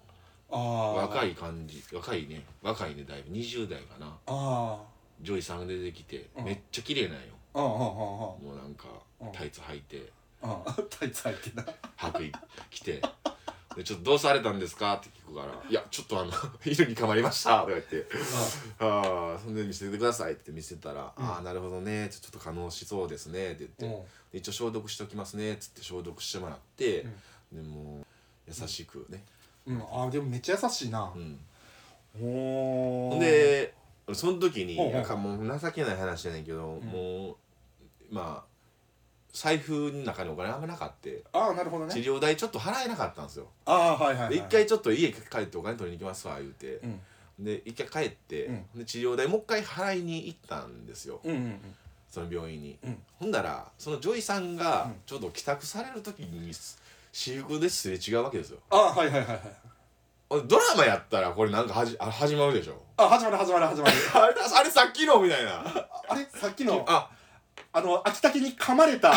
Speaker 1: ああ
Speaker 2: 若い感じ若いね若いねだいぶ20代かな
Speaker 1: あ
Speaker 2: 女医さんが出てきて、
Speaker 1: うん
Speaker 2: めっちゃ綺麗なんよ
Speaker 1: あうんうんうんうん
Speaker 2: もうなんか
Speaker 1: うん
Speaker 2: タイツ履いて
Speaker 1: あタイツ入ってた
Speaker 2: 白衣着てで「ちょっとどうされたんですか?」って聞くから「いやちょっとあの [LAUGHS] 犬に噛まれました」とか言って「ああそんで見せてください」って見せたら「
Speaker 1: うん
Speaker 2: ああなるほどねちょっと可能し [LAUGHS] そうですね」って
Speaker 1: う
Speaker 2: 言
Speaker 1: ん
Speaker 2: って、で一応消毒しときますね」っつって消毒してもらって、でもう優しくね、
Speaker 1: うんあでもめっちゃ優しいな
Speaker 2: うん、
Speaker 1: お
Speaker 2: ほ
Speaker 1: ー
Speaker 2: んでその時
Speaker 1: うんう
Speaker 2: に
Speaker 1: ん
Speaker 2: なんかもう情けない話じゃないけど、
Speaker 1: ん
Speaker 2: もうまあ財布の中にお金あんまなかって
Speaker 1: ああなるほど
Speaker 2: 治
Speaker 1: ね
Speaker 2: 療代ちょっと払えなかったんですよ
Speaker 1: ああはいはいはい
Speaker 2: で一回ちょっと家帰ってお金取りに行きますわ言うて、
Speaker 1: うん
Speaker 2: で一回帰って、
Speaker 1: う
Speaker 2: で治療代もう一回払いに行ったんですよ
Speaker 1: うんうん
Speaker 2: その病院に、
Speaker 1: うん
Speaker 2: ほんならその女医さんが
Speaker 1: うん
Speaker 2: ちょうど帰宅される時にす私服ですれ違うわけですよ
Speaker 1: ああはいはいはいはい
Speaker 2: あドラマやったらこれなんかはじあ始まるでしょ [LAUGHS]
Speaker 1: あ始まる始まる始まる
Speaker 2: あれあれさっきのみたい [LAUGHS] な
Speaker 1: あれさっきの
Speaker 2: あ
Speaker 1: あの秋竹に噛まれた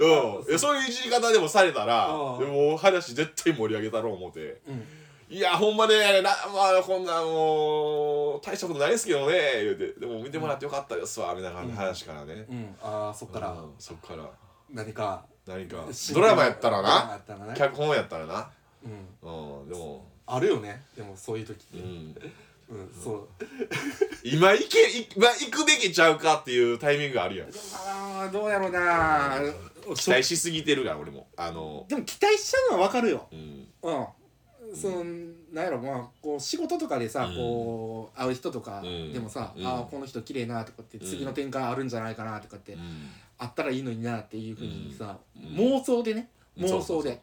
Speaker 2: うんいやそういういじり方でもされたら
Speaker 1: うん
Speaker 2: でも話絶対盛り上げ [LAUGHS] たろう思って
Speaker 1: うん
Speaker 2: いやほんまねなまあこんなもう大したことないですけどね言うてでも見てもらってよかったですわみたいな感じの話からね、
Speaker 1: うんああそっから
Speaker 2: うんそっから
Speaker 1: 何か
Speaker 2: 何か
Speaker 1: 進
Speaker 2: ド
Speaker 1: 展
Speaker 2: ラマやったら
Speaker 1: ドラマや
Speaker 2: な
Speaker 1: ったらね
Speaker 2: 脚本やったらな
Speaker 1: うん
Speaker 2: うんでも
Speaker 1: あるよねでもそういう時
Speaker 2: う
Speaker 1: って
Speaker 2: ん
Speaker 1: うんそう
Speaker 2: 今行けい今行くべきちゃうかっていうタイミングがあるやん期
Speaker 1: ああどうやろうな
Speaker 2: 待しすぎてるから俺もあの
Speaker 1: でも期待しちゃうのは分かるよ
Speaker 2: うん
Speaker 1: うん、そのなんやろまあこう仕事とかでさ、
Speaker 2: うん
Speaker 1: こう会う人とか
Speaker 2: うん
Speaker 1: でもさ、
Speaker 2: うん
Speaker 1: ああこの人綺麗なとかって、
Speaker 2: うん
Speaker 1: 次の展開あるんじゃないかなとかって、
Speaker 2: うん
Speaker 1: あったらいいのになっていうふうにさ、
Speaker 2: うん
Speaker 1: 妄想でね
Speaker 2: うん
Speaker 1: 妄想で
Speaker 2: そうそうそう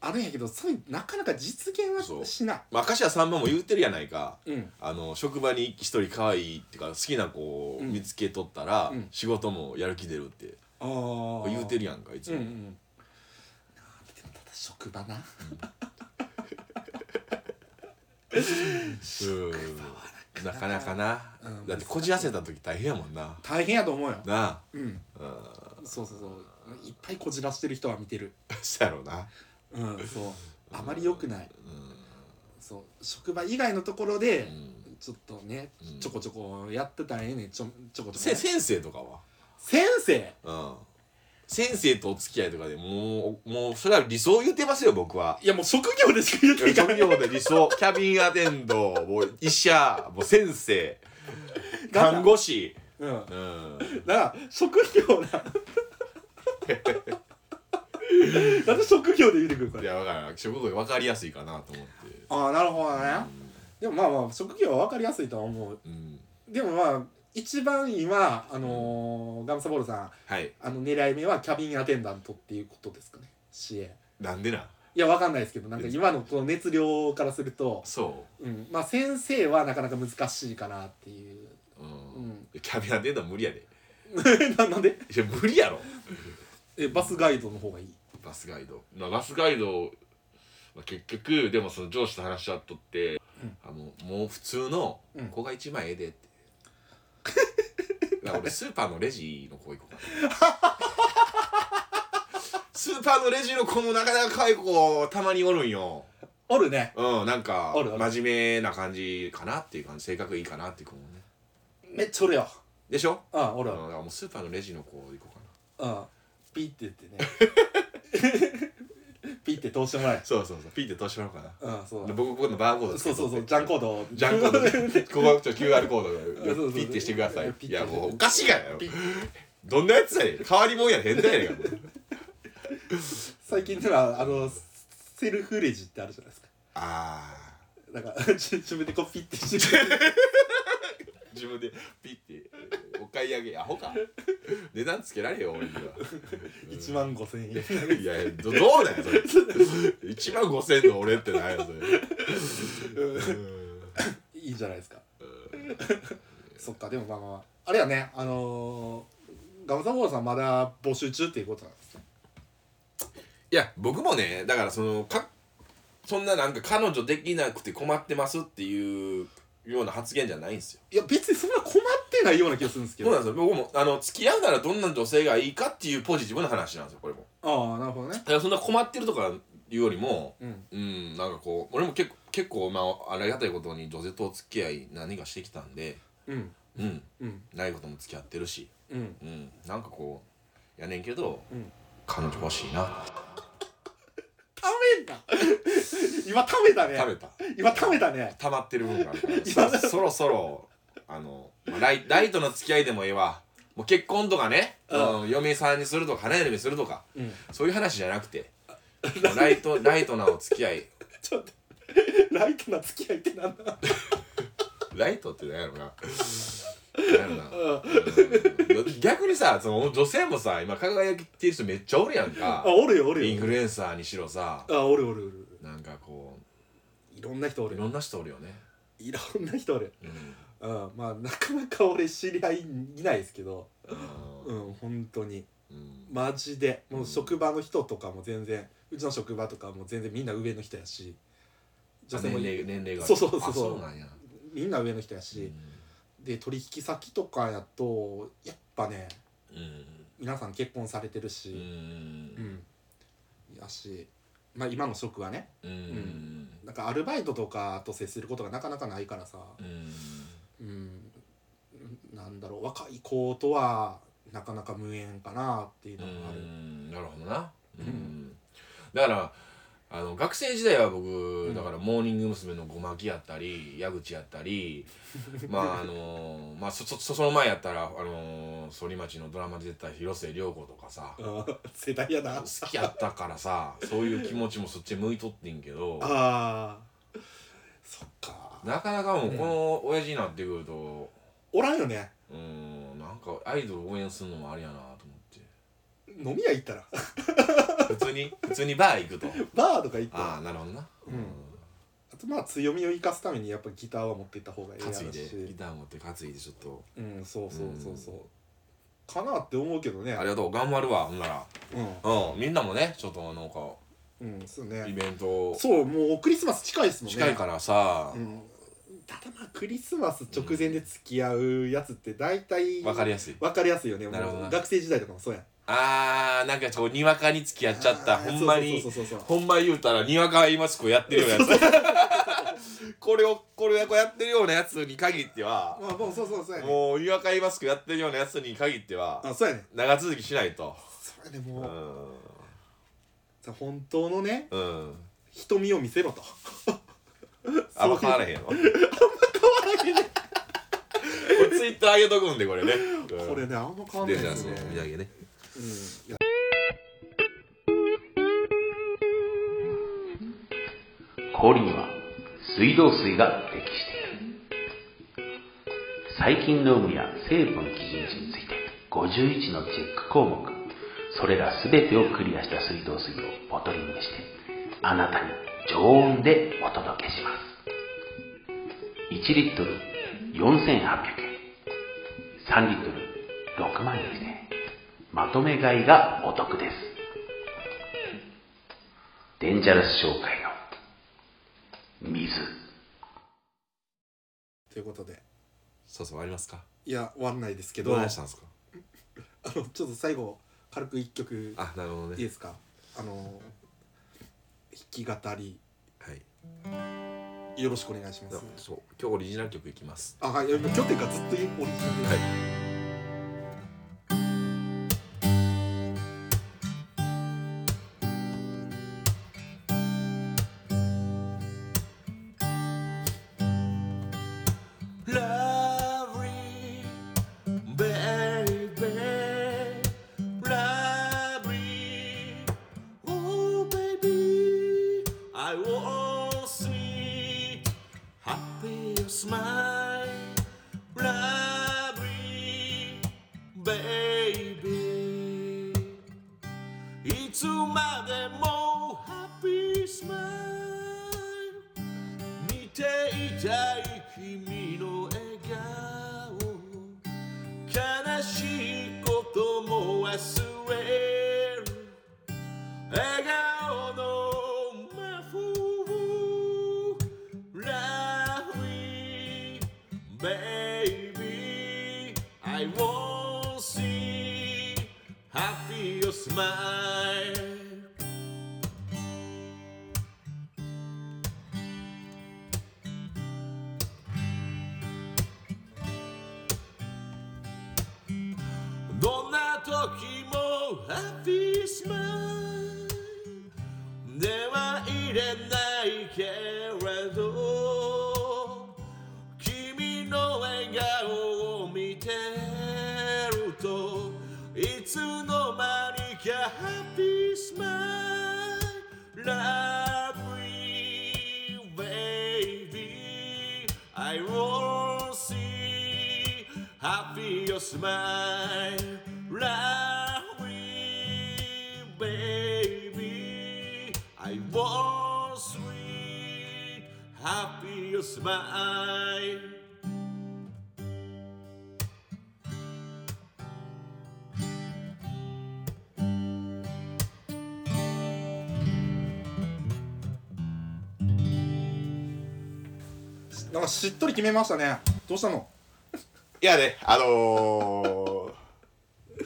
Speaker 1: あるんやけどそれなかなか実現
Speaker 2: そ
Speaker 1: は
Speaker 2: う
Speaker 1: しない
Speaker 2: まあ明石家さんまも言ってるやないか
Speaker 1: う、ん、
Speaker 2: あの職場に一人可愛いっていうか好きな子を
Speaker 1: うん
Speaker 2: 見つけとったら、
Speaker 1: うん
Speaker 2: 仕事もやる気出るって
Speaker 1: ああ
Speaker 2: 言うてる
Speaker 1: や
Speaker 2: やんかいつ
Speaker 1: うん
Speaker 2: も、
Speaker 1: うんあーでもただ職場な
Speaker 2: うんなかなかな、
Speaker 1: うん
Speaker 2: だってこじらせた時大変やもんな
Speaker 1: 大変やと思うよ
Speaker 2: な
Speaker 1: うん
Speaker 2: あうん
Speaker 1: そうそうそういっぱいこじらしてる人は見てる
Speaker 2: そうやろうな
Speaker 1: うんそうあまり良くない
Speaker 2: うん
Speaker 1: そう職場以外のところで、
Speaker 2: うん
Speaker 1: ちょっとね、
Speaker 2: うん
Speaker 1: ちょこちょこやってたらええねんちょちょこちょこ、
Speaker 2: せ
Speaker 1: ね、
Speaker 2: 先生とかは
Speaker 1: 先生
Speaker 2: うん先生とお付き合いとかでもうもうそれは理想言ってますよ僕はい
Speaker 1: やもう職業でしか言っていかない
Speaker 2: 職業で理 [LAUGHS] 想キャビンアテンドもう医者もう先生看護師
Speaker 1: うん
Speaker 2: うん [LAUGHS]
Speaker 1: だから職業ななんで職業で言うてくるこ
Speaker 2: い
Speaker 1: れ
Speaker 2: や分からん職業分かりやすいかなと思って
Speaker 1: ああなるほどねでもまあまあ職業は分かりやすいとは思う
Speaker 2: うん
Speaker 1: でもまあ一番今あのーガムサボールさん
Speaker 2: はい
Speaker 1: あの狙い目はキャビンアテンダントっていうことですかね支援
Speaker 2: なんでない
Speaker 1: や分かんないですけどなんか今のこの熱量からすると
Speaker 2: そ
Speaker 1: うんまあ先生はなかなか難しいかなっていう
Speaker 2: う、うん
Speaker 1: うん
Speaker 2: キャビンアテンドは無理やで
Speaker 1: [LAUGHS] ななんで
Speaker 2: いや無理やろ
Speaker 1: えバスガイドの方がいい
Speaker 2: バスガイド、まあ、バスガイド、まあ、結局でもその上司と話し合っとって、
Speaker 1: うん
Speaker 2: あのもう普通の
Speaker 1: うん
Speaker 2: 子が一枚ええで [LAUGHS] って、だから俺スーパーのレジの子行こうか [LAUGHS] スーパーのレジの子もなかなか可愛い子たまにおるんよ
Speaker 1: おるね
Speaker 2: うんなんか
Speaker 1: おるおる
Speaker 2: 真面目な感じかなっていう感じ性格いいかなっていう子もね
Speaker 1: めっちゃおるよ
Speaker 2: でしょ
Speaker 1: うんおる
Speaker 2: うん、だからもうスーパーのレジの子行こうかな
Speaker 1: うんピって言ってね [LAUGHS] ピって通してもらえ
Speaker 2: そうそうそうピーって通してもらおうかな
Speaker 1: うんそうだ
Speaker 2: 僕ここのバーコード
Speaker 1: そうそうそうジャンコード
Speaker 2: ジャンコードでここはちょっと QR
Speaker 1: [LAUGHS]
Speaker 2: コ
Speaker 1: そうそ
Speaker 2: ー
Speaker 1: う
Speaker 2: ドでピッてしてください
Speaker 1: ピッ
Speaker 2: い
Speaker 1: て
Speaker 2: やもうおかしいがよ
Speaker 1: ピッ
Speaker 2: どんなやつやねん変わり者や変態やねんかもう
Speaker 1: 最近ではあのセルフレジってあるじゃないですか
Speaker 2: ああ
Speaker 1: なんか自自分でこうピッてしてくれる
Speaker 2: 自分でピッてお買い上げアホか値段つけられへんよ俺には
Speaker 1: 1万5千円
Speaker 2: いやどどうだよそれ1万5000の俺ってなんやそれうん
Speaker 1: いいじゃないですかそっかでもまあまあまああれやねあのー、ガムサンボールさんまだ募集中っていうことなんですね
Speaker 2: いや僕もねだからそのかそんななんか彼女できなくて困ってますっていうような発言じゃないんですよ
Speaker 1: いや別にそんな困ってないような気がするんですけ
Speaker 2: そう
Speaker 1: ど
Speaker 2: なん
Speaker 1: あ
Speaker 2: ですよ僕もあの付き合うならどんな女性がいいかっていうポジティブな話なんですよこれも
Speaker 1: あなるほどね
Speaker 2: だからそんな困ってるとかいうよりも
Speaker 1: うん
Speaker 2: うんなんかこう俺も結構結構まあありがたいことに女性とお付き合い何がしてきたんで
Speaker 1: うん
Speaker 2: うん
Speaker 1: うん
Speaker 2: ないことも付き合ってるし
Speaker 1: うん
Speaker 2: うんなんかこうやねんけど、
Speaker 1: うん
Speaker 2: 彼女欲しいな
Speaker 1: ためた [LAUGHS] 今ためたね
Speaker 2: 食べた
Speaker 1: 今ためたね
Speaker 2: 溜まってる分があるからそそろそろあの、まあ、ライライトの付き合いでもええわもう結婚とかね、
Speaker 1: うん
Speaker 2: うん、嫁さんにするとか花嫁にするとか
Speaker 1: うん
Speaker 2: そういう話じゃなくてもうライトライトなお付き合い
Speaker 1: ちょっと待ってライトな付き合いってなんだ
Speaker 2: ライトって何やろな何やろな、うん逆にさその女性もさ今輝きってる人めっちゃおるやんか
Speaker 1: あおるよおる
Speaker 2: イン
Speaker 1: よ
Speaker 2: フルエンサーにしろさ
Speaker 1: あおるおるおる
Speaker 2: なんかこ
Speaker 1: いろんな人お
Speaker 2: うい
Speaker 1: る
Speaker 2: ろんな人おるよね、
Speaker 1: いろんな人おる
Speaker 2: う
Speaker 1: う
Speaker 2: ん
Speaker 1: んまあなかなか俺知り合いいないですけど
Speaker 2: う
Speaker 1: うん本当に
Speaker 2: ん
Speaker 1: マジでも
Speaker 2: うん
Speaker 1: う職場の人とかも全然うちの職場とかも全然みんな上の人やし女性も
Speaker 2: 年齢年齢が
Speaker 1: そうそうそうそう
Speaker 2: あそうなんや、
Speaker 1: みんな上の人や
Speaker 2: う
Speaker 1: し
Speaker 2: ん
Speaker 1: で取引先とかやとやっぱね
Speaker 2: うん
Speaker 1: 皆さん結婚されてる
Speaker 2: う
Speaker 1: しうんんやしまあ今の職はね
Speaker 2: うんうん
Speaker 1: なんかアルバイトとかと接することがなかなかないからさうんなんだろう若い子とはなかなか無縁かなっていうの
Speaker 2: う
Speaker 1: もある
Speaker 2: んなるほどなう
Speaker 1: うん
Speaker 2: んだからあの学生時代は僕、
Speaker 1: ん
Speaker 2: だからモーニング娘。のごまきやったり矢口やっ
Speaker 1: [LAUGHS]
Speaker 2: たりまああのまあそそそその前やったらあの反町のドラマで出てた広末涼子とかさ
Speaker 1: うん [LAUGHS] 世代やなあ
Speaker 2: 好きやったからさそういう気持ちもそっち向いとってんけど
Speaker 1: あーそっか
Speaker 2: なかなかもうこの親父になってくると、
Speaker 1: おらんよね
Speaker 2: うーんなんかアイドル応援するのもありやなと
Speaker 1: [LAUGHS]
Speaker 2: 思
Speaker 1: 飲み屋行ったら [LAUGHS]
Speaker 2: って普通に普通にバー行くと
Speaker 1: バーとか行ったら
Speaker 2: ああなるほどな
Speaker 1: うんあとまあ強みを生かすためにやっぱギターは持っていった方がいいやろ
Speaker 2: 担いでギ
Speaker 1: し
Speaker 2: ター持って担いでちょっと
Speaker 1: うんそうそうそうそうかなって思うけどね
Speaker 2: ありがとう頑張るわほんなら
Speaker 1: う
Speaker 2: うんみんなもねちょっとなんか
Speaker 1: んうんそう
Speaker 2: イ
Speaker 1: ね
Speaker 2: ベント
Speaker 1: そうもうクリスマス近いですもんね
Speaker 2: 近いからさ
Speaker 1: うんただまあクリスマス直前で付き合うやつって大体
Speaker 2: わかりやすい
Speaker 1: わかりやすいよね
Speaker 2: なるほどな
Speaker 1: もう学生時代とかもそうやん
Speaker 2: あーなんかこうにわかに付き合っちゃった
Speaker 1: あー
Speaker 2: ほんま
Speaker 1: そ
Speaker 2: に
Speaker 1: うそうそうそう
Speaker 2: ほんま言うたらにわか今すぐやってるようなやつ [LAUGHS] これをこれをやってるようなやつに限っては
Speaker 1: まあもうそうそうそうやね
Speaker 2: もうにわか今すぐやってるようなやつに限っては
Speaker 1: あそうやね
Speaker 2: 長続きしないと
Speaker 1: そうやね
Speaker 2: う
Speaker 1: もうんさ本当のね
Speaker 2: うん
Speaker 1: 瞳を見せろと
Speaker 2: あんま変わら [LAUGHS] へんのあんま変わらへんツイッター上げとくんでこれね
Speaker 1: これ
Speaker 2: ね
Speaker 1: ねあんま変わんない
Speaker 2: でじ
Speaker 1: で
Speaker 2: ゃあ
Speaker 1: す
Speaker 2: その
Speaker 1: ね
Speaker 2: 売り上げね
Speaker 1: うんいや
Speaker 4: 氷には水道水が適している細菌の有無や成分基準値について51のチェック項目それら全てをクリアした水道水をボトリングしてあなたに常温でお届けします1リットル4800円3リットル6万2000円まとめ買いがお得ですデンジャラス商会の水
Speaker 1: ということで
Speaker 2: そうそうありますか
Speaker 1: いや終わんないですけど
Speaker 2: どうしたんですか
Speaker 1: あのちょっと最後軽く一曲
Speaker 2: あなるほど
Speaker 1: いい
Speaker 2: ね
Speaker 1: ですかあの弾き語り
Speaker 2: はい
Speaker 1: よろしくお願いしま
Speaker 2: じゃあ
Speaker 1: す
Speaker 2: そう今日オリジナル曲いきます
Speaker 1: あはいいやもう今日っていうかずっとオリジナルで
Speaker 2: はい「ラブリーベイベーラブリー Oh baby I will see Happy your smile Love me baby いつまでも Happy smile 見ていたい君の笑顔悲しいことも忘れる笑顔の魔法 Love me baby I won't see happy your smile どんな時もハッピースマイルでは入れないけれど君の笑顔を見てるといつの間にかハッピースマイル Lovely baby I will see happy your smile Lovely baby I will sweet happy your smile
Speaker 1: すなんかしっとり決めましたねどうしたの
Speaker 5: いやね、あの
Speaker 2: [LAUGHS]
Speaker 5: ー、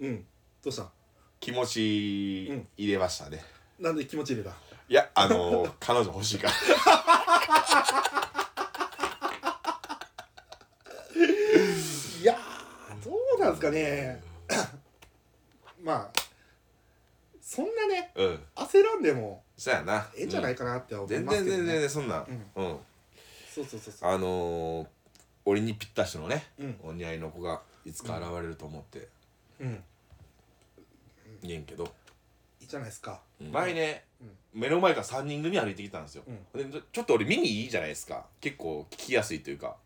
Speaker 1: うんどうした
Speaker 5: 気持ち入れましたね。
Speaker 1: なんで気持ち入れた
Speaker 5: いや、あのー、彼女欲しいから。
Speaker 1: いやーどうなんですかねまあそんなね [LAUGHS]
Speaker 2: うん
Speaker 1: 焦らんでも
Speaker 2: そやな
Speaker 1: ええんじゃないかなって思い
Speaker 2: 全
Speaker 1: ます
Speaker 2: 然
Speaker 1: けど、ね
Speaker 2: 全然全然そんなうん、
Speaker 1: そうそうそうそう
Speaker 2: あのー、俺にぴったしのね、
Speaker 1: うん
Speaker 2: お似合いの子がいつか現れると思って
Speaker 1: うん
Speaker 2: 言えんけど、
Speaker 1: いいじゃないです
Speaker 2: [LAUGHS]
Speaker 1: か
Speaker 2: 前ね、目の前から3人組歩いてきたんですよ、でちょっと俺耳いいじゃないですか結構聞きやすいというか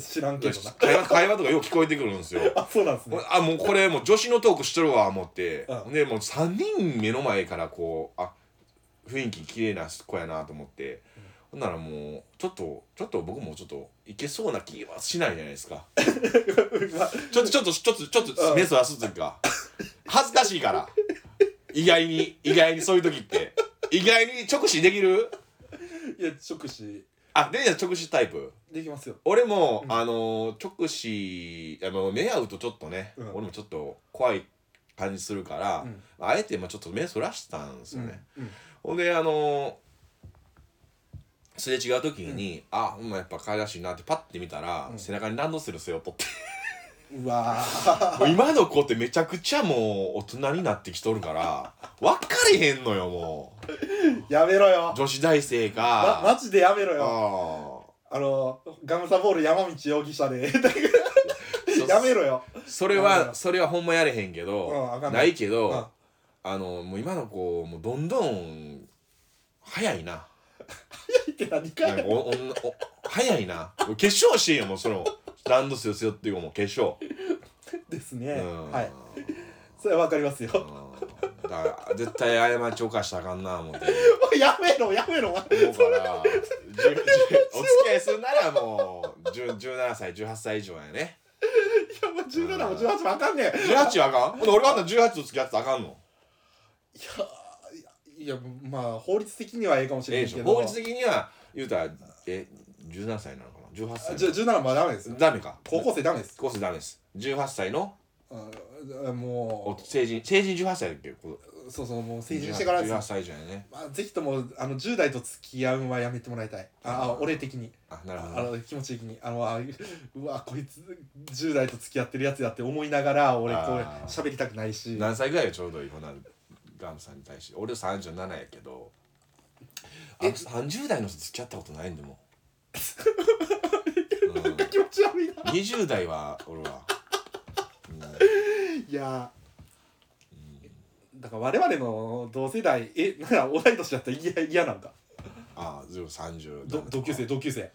Speaker 1: 知らんけどな
Speaker 2: [LAUGHS] 会話会話とかよく聞こえてくるんですよ
Speaker 1: あそうなんですね
Speaker 2: あもうこれもう女子のトークしとるわ思って、
Speaker 1: うん
Speaker 2: でもう3人目の前からこうあ雰囲気綺麗な子やなと思って、ほんならもうちょっとちょっと僕もちょっといけそうな気はしないじゃない
Speaker 1: [LAUGHS]
Speaker 2: ですかちょっとちょっとちょっとちょっ
Speaker 1: う
Speaker 2: と
Speaker 1: ん
Speaker 2: メスはすというか恥ずかしいから意外に意外にそういう時って意外に直視できる
Speaker 1: いや直視
Speaker 2: あで直視タイプ
Speaker 1: できますよ
Speaker 2: 俺も、あのー直視あの目合うとちょっとね、
Speaker 1: うん
Speaker 2: 俺もちょっと怖い感じするから、
Speaker 1: うん
Speaker 2: あえてまあちょっと目そらしたんですよね、
Speaker 1: うん
Speaker 2: ほんであのーすれ違う時に、あほんまやっぱ可愛らしいなってパッて見たら、背中にランドセル背負っとって
Speaker 1: [LAUGHS] うわー [LAUGHS]
Speaker 2: もう今の子ってめちゃくちゃもう大人になってきと
Speaker 1: [LAUGHS]
Speaker 2: るから分かれへんのよもう
Speaker 1: やめろよ
Speaker 2: 女子大生
Speaker 1: ま
Speaker 2: が、
Speaker 1: マジでやめろよ
Speaker 2: あ
Speaker 1: あのガムサボール山道容疑者で
Speaker 2: ー
Speaker 1: [LAUGHS] やめろよ
Speaker 2: それ
Speaker 1: やめろ
Speaker 2: はそれはほんまやれへんけど、
Speaker 1: うんあかんな
Speaker 2: ないけど、
Speaker 1: うん
Speaker 2: あのもう今の子もうどんどん早いな
Speaker 1: って何か
Speaker 2: なんかおおんお早いなもう化粧してんよもうそのランドセル背負っていうかもう化粧、
Speaker 1: ですね
Speaker 2: うん
Speaker 1: はいそれはわかりますよ [LAUGHS]
Speaker 2: うんだから絶対過ち犯したらあかんな思って
Speaker 1: やめろやめろ
Speaker 2: 思うからじゅじゅお付き合いするならもうじゅ17歳18歳以上やね
Speaker 1: いやもう17も18もあかんねん
Speaker 2: 18はあかんほんで俺があんた18と付き合ってたらあかんの
Speaker 1: いやいやまあ法律的にはええかもし
Speaker 2: ええ
Speaker 1: れ
Speaker 2: で
Speaker 1: ない
Speaker 2: し
Speaker 1: け
Speaker 2: ょ
Speaker 1: ど
Speaker 2: 法律的には言うたらえ17歳なのかな18歳
Speaker 1: じゅ17もダメですよ
Speaker 2: ダメか
Speaker 1: 高校生ダメです
Speaker 2: 高校生ダメです18歳の
Speaker 1: うんあも
Speaker 2: お成人成人18歳だっけこ
Speaker 1: うそうそうもう成人してからです
Speaker 2: 18歳じゃないね
Speaker 1: まあ、ぜひともあの10代と付き合うのはやめてもらいたいああ俺的に
Speaker 2: あなるほ
Speaker 1: あ
Speaker 2: ど
Speaker 1: の気持ち的にあのあう [LAUGHS] わこいつ10代と付き合ってるやつだって思いながら俺こう
Speaker 2: あー
Speaker 1: 喋りたくないし
Speaker 2: 何歳ぐらいよちょうどいいほなガムさんに対して俺37やけどえ30代の人付き合ったことないんでもう、うん
Speaker 1: [LAUGHS] 気持ち悪いな
Speaker 2: 20代は俺は、
Speaker 1: いやだから我々の同世代えなんか同い年だったら嫌嫌なんか
Speaker 2: ああ30
Speaker 1: ど同級生同級生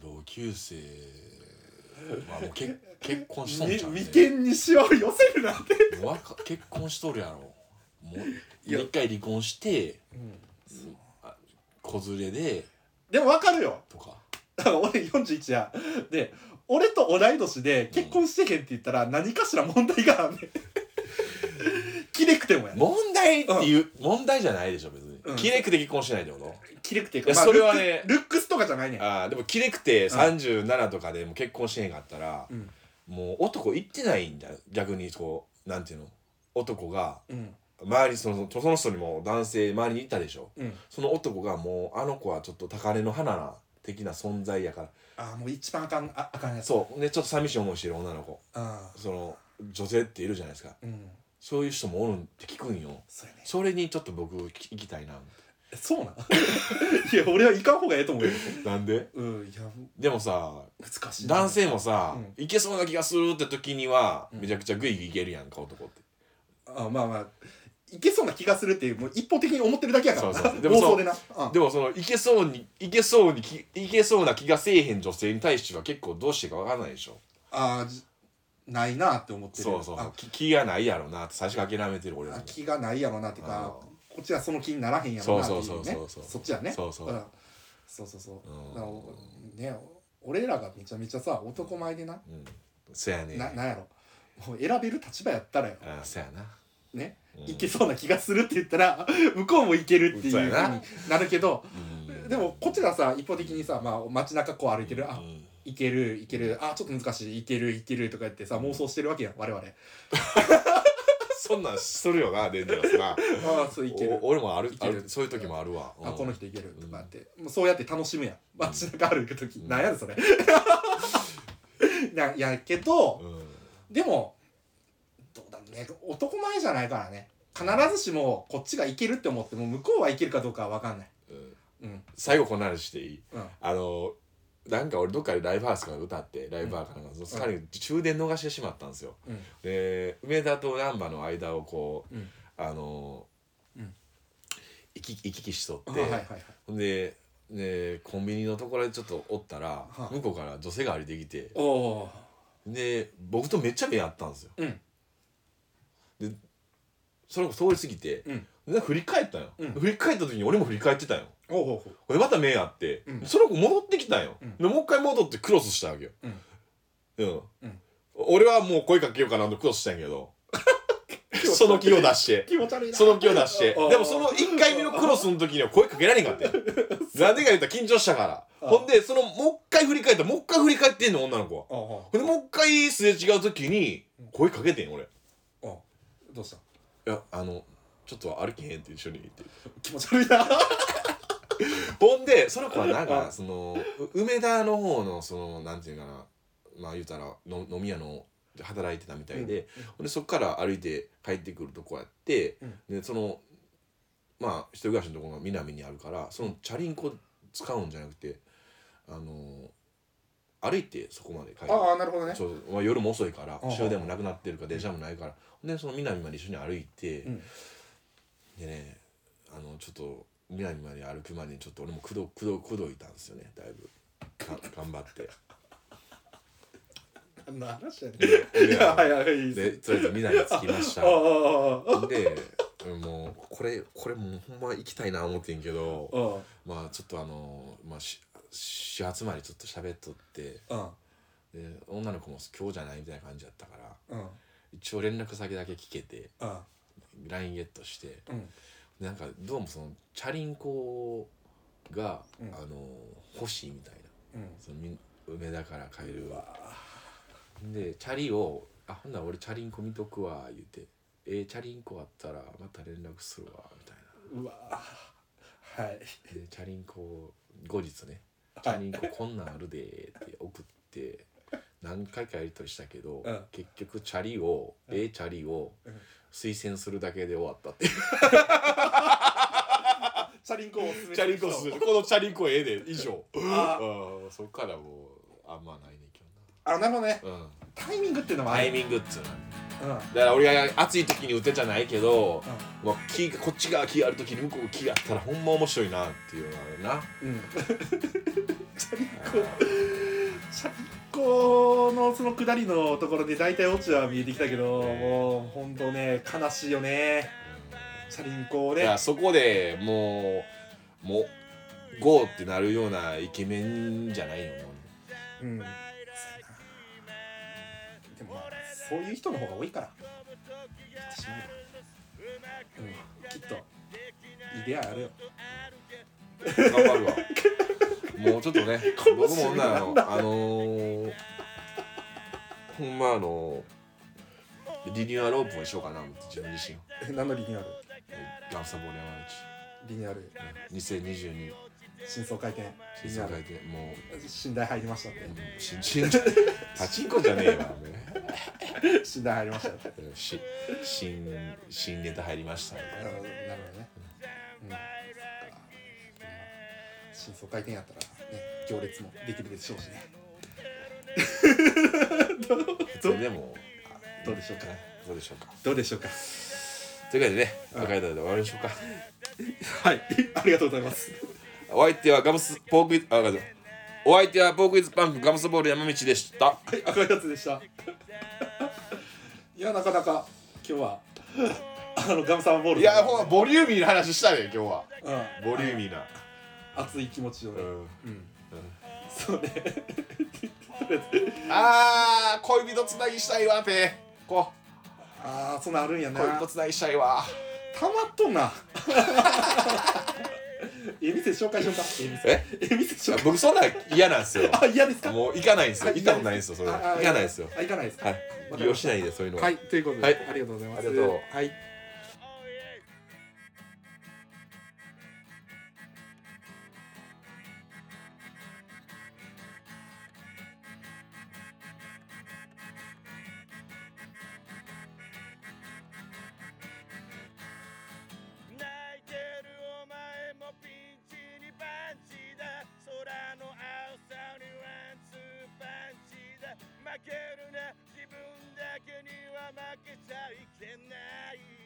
Speaker 2: 同級生まあもう結結婚しとん
Speaker 1: み
Speaker 2: ちゃうね
Speaker 1: 眉間にしわを寄せるなんて
Speaker 2: もうわか結婚しとるやろもう
Speaker 1: いや
Speaker 2: 一回離婚して、あ子連れで
Speaker 1: でも分かるよ
Speaker 2: とか
Speaker 1: だから俺41やで俺と同い年で結婚してへんって言ったら何かしら問題があん [LAUGHS] ねんキレくてもや
Speaker 2: 問題っていう、問題じゃないでしょ別に、
Speaker 1: うん
Speaker 2: キレクで結婚してないってこと
Speaker 1: キレくていう
Speaker 2: い
Speaker 1: か、
Speaker 2: や
Speaker 1: まあ、
Speaker 2: それはね
Speaker 1: ルックルックスとかじゃないねん
Speaker 2: ああでもキレクて37とかでもう結婚してへんかったら、
Speaker 1: うん
Speaker 2: もう男行ってないんだよ逆にこうなんていうの男が
Speaker 1: うん
Speaker 2: 周りそのその人にも男性周りにいたでしょ
Speaker 1: うん
Speaker 2: その男がもうあの子はちょっと高嶺の花な的な存在やから
Speaker 1: ああもう一番あかんああかんやつ
Speaker 2: そうねちょっと寂しい思いしてる女の子
Speaker 1: あ
Speaker 2: その女性っているじゃないですか
Speaker 1: ーうん
Speaker 2: そういう人もおるんって聞くんよ
Speaker 1: そうやね
Speaker 2: それにちょっと僕行きたいな
Speaker 1: えそうなん [LAUGHS] いや俺は行かん方がええと思うよ
Speaker 2: なんで
Speaker 1: うんいや
Speaker 2: でもさ
Speaker 1: 難しいな
Speaker 2: 男性もさ、
Speaker 1: うん
Speaker 2: いけそうな気がするって時には、
Speaker 1: うん
Speaker 2: めちゃくちゃグイグイいけるやんか男って
Speaker 1: あまあまあいけそうな気がするっていうもう一方的に思ってるだけやからな
Speaker 2: そうそう
Speaker 1: で
Speaker 2: でも
Speaker 1: 妄
Speaker 2: そう
Speaker 1: 想でなうん
Speaker 2: でもそのいけそうにいけそうにきいけそうな気がせえへん女性に対しては結構どうしていいかわからないでしょ
Speaker 1: ああじないなって思ってる
Speaker 2: そうそう
Speaker 1: あ
Speaker 2: 気気がないやろなって最初から諦めてる俺ら
Speaker 1: あ
Speaker 2: も
Speaker 1: 気がないやろなっていう
Speaker 2: あ
Speaker 1: かこっちはその気にならへんやろなっていうね
Speaker 2: そうそうそうそう
Speaker 1: そっちはね
Speaker 2: そうそうん
Speaker 1: そうそうそう
Speaker 2: うん
Speaker 1: だからおね俺らがめちゃめちゃさ男前でな、
Speaker 2: うんそやね
Speaker 1: ななんやろもう選べる立場やったらよ
Speaker 2: あそやな
Speaker 1: ね、
Speaker 2: うん
Speaker 1: いけそうな気がするって言ったら [LAUGHS] 向こうもいけるっていうふ
Speaker 2: そうう
Speaker 1: に
Speaker 2: やな
Speaker 1: なるけど
Speaker 2: うん
Speaker 1: でもこっちらさ一方的にさ、まあ、街中こう歩いてる、あ
Speaker 2: うん
Speaker 1: いけるいけるあちょっと難しいいけるいけるとか言ってさ妄想してるわけやん我
Speaker 2: [LAUGHS]
Speaker 1: 々
Speaker 2: そんなんするよなデンジャラスな
Speaker 1: ああそういける
Speaker 2: お俺もある
Speaker 1: い
Speaker 2: あ
Speaker 1: ける
Speaker 2: るそういう時もあるわ
Speaker 1: あ
Speaker 2: うん
Speaker 1: この人いけるとかって、もうそうやって楽しむやん街中歩く時、なんやでそ [LAUGHS] れなやけど、
Speaker 2: うん
Speaker 1: でもどうだろうね男前じゃないからね必ずしもこっちがいけるって思っても向こうはいけるかどうかは分かんない
Speaker 2: うん
Speaker 1: うん
Speaker 2: 最後こんな話していい
Speaker 1: うん
Speaker 2: あのなんか俺どっかでライブハウスから歌ってライブハウスからその彼が終電逃してしまったんですよ
Speaker 1: うん
Speaker 2: で梅田と難波の間をこう
Speaker 1: うん
Speaker 2: あの
Speaker 1: うん
Speaker 2: 行き行き来しと
Speaker 1: あ
Speaker 2: っ
Speaker 1: はいはいは
Speaker 2: て
Speaker 1: い
Speaker 2: ほんででコンビニのところでちょっとおったら
Speaker 1: はあ
Speaker 2: 向こうから女性が歩いてきて
Speaker 1: おお
Speaker 2: で僕とめっちゃ目合ったんですよ
Speaker 1: ーうん
Speaker 2: それも通り過ぎて
Speaker 1: うん
Speaker 2: で振り返ったよ
Speaker 1: うん
Speaker 2: 振り返った時に俺も振り返ってたよ
Speaker 1: おうおうおう
Speaker 2: でまた目あって、
Speaker 1: うん
Speaker 2: その子戻ってきたんよ、
Speaker 1: うん
Speaker 2: でもう一回戻ってクロスしたわけよ
Speaker 1: うん
Speaker 2: うん、
Speaker 1: うん
Speaker 2: 俺はもう声かけようかなとクロスしたんやけ
Speaker 1: [LAUGHS]
Speaker 2: どその気を出して
Speaker 1: 気持ち悪いな
Speaker 2: その気を出して
Speaker 1: おうおう
Speaker 2: でもその1回目のクロスの時には声かけられん
Speaker 1: [LAUGHS]
Speaker 2: かったよなんでか言ったら緊張したからほんでそのもう一回振り返ったもう一回振り返ってんの女の子は
Speaker 1: おう
Speaker 2: ほんでもう一回すれ違う時に声かけてん俺い
Speaker 1: おうおうどうした
Speaker 2: やあのちょっと歩けへんって一緒に言って
Speaker 1: 気持ち悪いな
Speaker 2: ほんでその子はなん
Speaker 1: う
Speaker 2: か
Speaker 1: ん
Speaker 2: そのう梅田の方のそのなんていうかなまあ言うたらの飲み屋ので働いてたみたいで,、ほんでそっから歩いて帰ってくるとこやって、でそのまあ一人暮らしのところが南にあるからそのチャリンコ使うんじゃなくてあの歩いてそこまで帰る
Speaker 1: ああなるほどね
Speaker 2: そうまあ、夜も遅いから
Speaker 1: うん
Speaker 2: 終電もなくなってるから電車もないからでその南まで一緒に歩いて、
Speaker 1: ん
Speaker 2: でねあのちょっと南まで歩くまでにちょっと俺もくどくどくどいたんですよねだいぶか頑張って
Speaker 1: 何の話やね
Speaker 2: で
Speaker 1: んいや [LAUGHS] はいはいいい
Speaker 2: で
Speaker 1: です
Speaker 2: とりあえず南に着きまし
Speaker 1: あ
Speaker 2: た
Speaker 1: あ [LAUGHS] あああ
Speaker 2: でもうこれこれもうほんま行きたいな思ってんけど
Speaker 1: あうん
Speaker 2: まあちょっとあのまあし始発までちょっと喋っとって
Speaker 1: うん
Speaker 2: で女の子も今日じゃないみたいな感じだったか
Speaker 1: う
Speaker 2: ら
Speaker 1: ん
Speaker 2: 一応連絡先だけ聞けて
Speaker 1: うん
Speaker 2: LINE ゲットして
Speaker 1: うん
Speaker 2: でなんかどうもそのチャリンコが、
Speaker 1: うん
Speaker 2: あの欲しいみたいな
Speaker 1: うん
Speaker 2: そのみ梅田から帰る
Speaker 1: うわ
Speaker 2: でチャリをあほんなら俺チャリンコ見とくわ」言うて「えーチャリンコあったらまた連絡するわ」みたいう
Speaker 1: わはい
Speaker 2: なでチャリンコ後日ね「チ
Speaker 1: は
Speaker 2: ャ
Speaker 1: い
Speaker 2: リンコこんなんあるで」って送って何回かやりとりしたけど、
Speaker 1: うん
Speaker 2: 結局チャリを、えーチャリを
Speaker 1: うん
Speaker 2: 推薦するだけで終わったっていう
Speaker 1: チャリンコをおすすめ
Speaker 2: チャリンコするこのチャリンコええで以上
Speaker 1: あ
Speaker 2: うんそっからもうあんまないねんけ
Speaker 1: あなるほどね
Speaker 2: どな、うん、
Speaker 1: タイミングっていうのもあ
Speaker 2: タ
Speaker 1: る
Speaker 2: イミングっつうの
Speaker 1: うん
Speaker 2: だから俺が暑い時に打てじゃないけど、
Speaker 1: う
Speaker 2: まあ、木がこっち側木がある時に向こう木があったらほんま面白いなっていうのはあるな
Speaker 1: うん [LAUGHS] チャリンコチャリンコのその下りのところで大体オチは見えてきたけどもう本当ね悲しいよねチャリンコを
Speaker 2: だか
Speaker 1: ね
Speaker 2: らそこでもうもうゴーってなるようなイケメンじゃないよもう
Speaker 1: うんでもまあそういう人の方が多いから言ってしまえばうんきっとイデアあるよ
Speaker 2: 頑張 [LAUGHS] るわもうちょっとね
Speaker 1: この
Speaker 2: 僕も
Speaker 1: 人
Speaker 2: 女
Speaker 1: な
Speaker 2: の
Speaker 1: ん
Speaker 2: あのー、ほんまあのリニューアルオープンしようかな思って自分自身を
Speaker 1: え何のリニューアル
Speaker 2: ガンサボレ
Speaker 1: リニューアル
Speaker 2: 山道2022
Speaker 1: 真相回転
Speaker 2: 新作書いてもう
Speaker 1: 寝台入りましたね
Speaker 2: ちんちんパチンコじゃねえわ。
Speaker 1: 寝台入りましたね
Speaker 2: し新新ネタ入りました。
Speaker 1: なるほどなるほどね、うん、そっか真相回転やったらね行列もできるでしょうしね
Speaker 2: それでも
Speaker 1: どうでしょうか
Speaker 2: どうでしょうか。
Speaker 1: どうでしょうか
Speaker 2: というわけでね、若い方で終わりましょうか。
Speaker 1: はいありがとうございます
Speaker 2: お相手はガムスポークイズあ、ごめんなさいお相手はポークイズパンクガムスボール山道でした。
Speaker 1: はい赤いやつでしたいやなかなか今日はあのガムサンボール
Speaker 2: いや、ほんまボリューミーな話したね、今日は。
Speaker 1: うん
Speaker 2: ボリューミーな。
Speaker 1: 熱い気持ちを
Speaker 2: う
Speaker 1: ね
Speaker 2: ん。
Speaker 1: うん、そうねとりあえず
Speaker 2: あー、恋人つなぎしたいわ、ペ。こ
Speaker 1: ああそんなんあるんや
Speaker 2: う、
Speaker 1: な
Speaker 2: 恋人つなぎしたいわ。
Speaker 1: たまっとんな。 [LAUGHS] え店紹介しようか。え
Speaker 2: え
Speaker 1: 店。え店紹介。 [LAUGHS]
Speaker 2: 僕そんなん嫌なんですよ。
Speaker 1: あ嫌ですか。
Speaker 2: もう行かないんですよ。
Speaker 1: あ
Speaker 2: 行ったことないんですよ、それ。
Speaker 1: あ
Speaker 2: 行
Speaker 1: あ
Speaker 2: かないんですよ。
Speaker 1: あ行かないですか。
Speaker 2: はい
Speaker 1: わかりました。
Speaker 2: 利用しないで、そういうのは。
Speaker 1: はいということで、
Speaker 2: はい
Speaker 1: ありがとうございます。
Speaker 2: ありがとう
Speaker 1: はい。
Speaker 3: 泣いてるお前もピンチにパンチだ空の青さにワンツーパンチだ負けるな自分だけには負けちゃいけない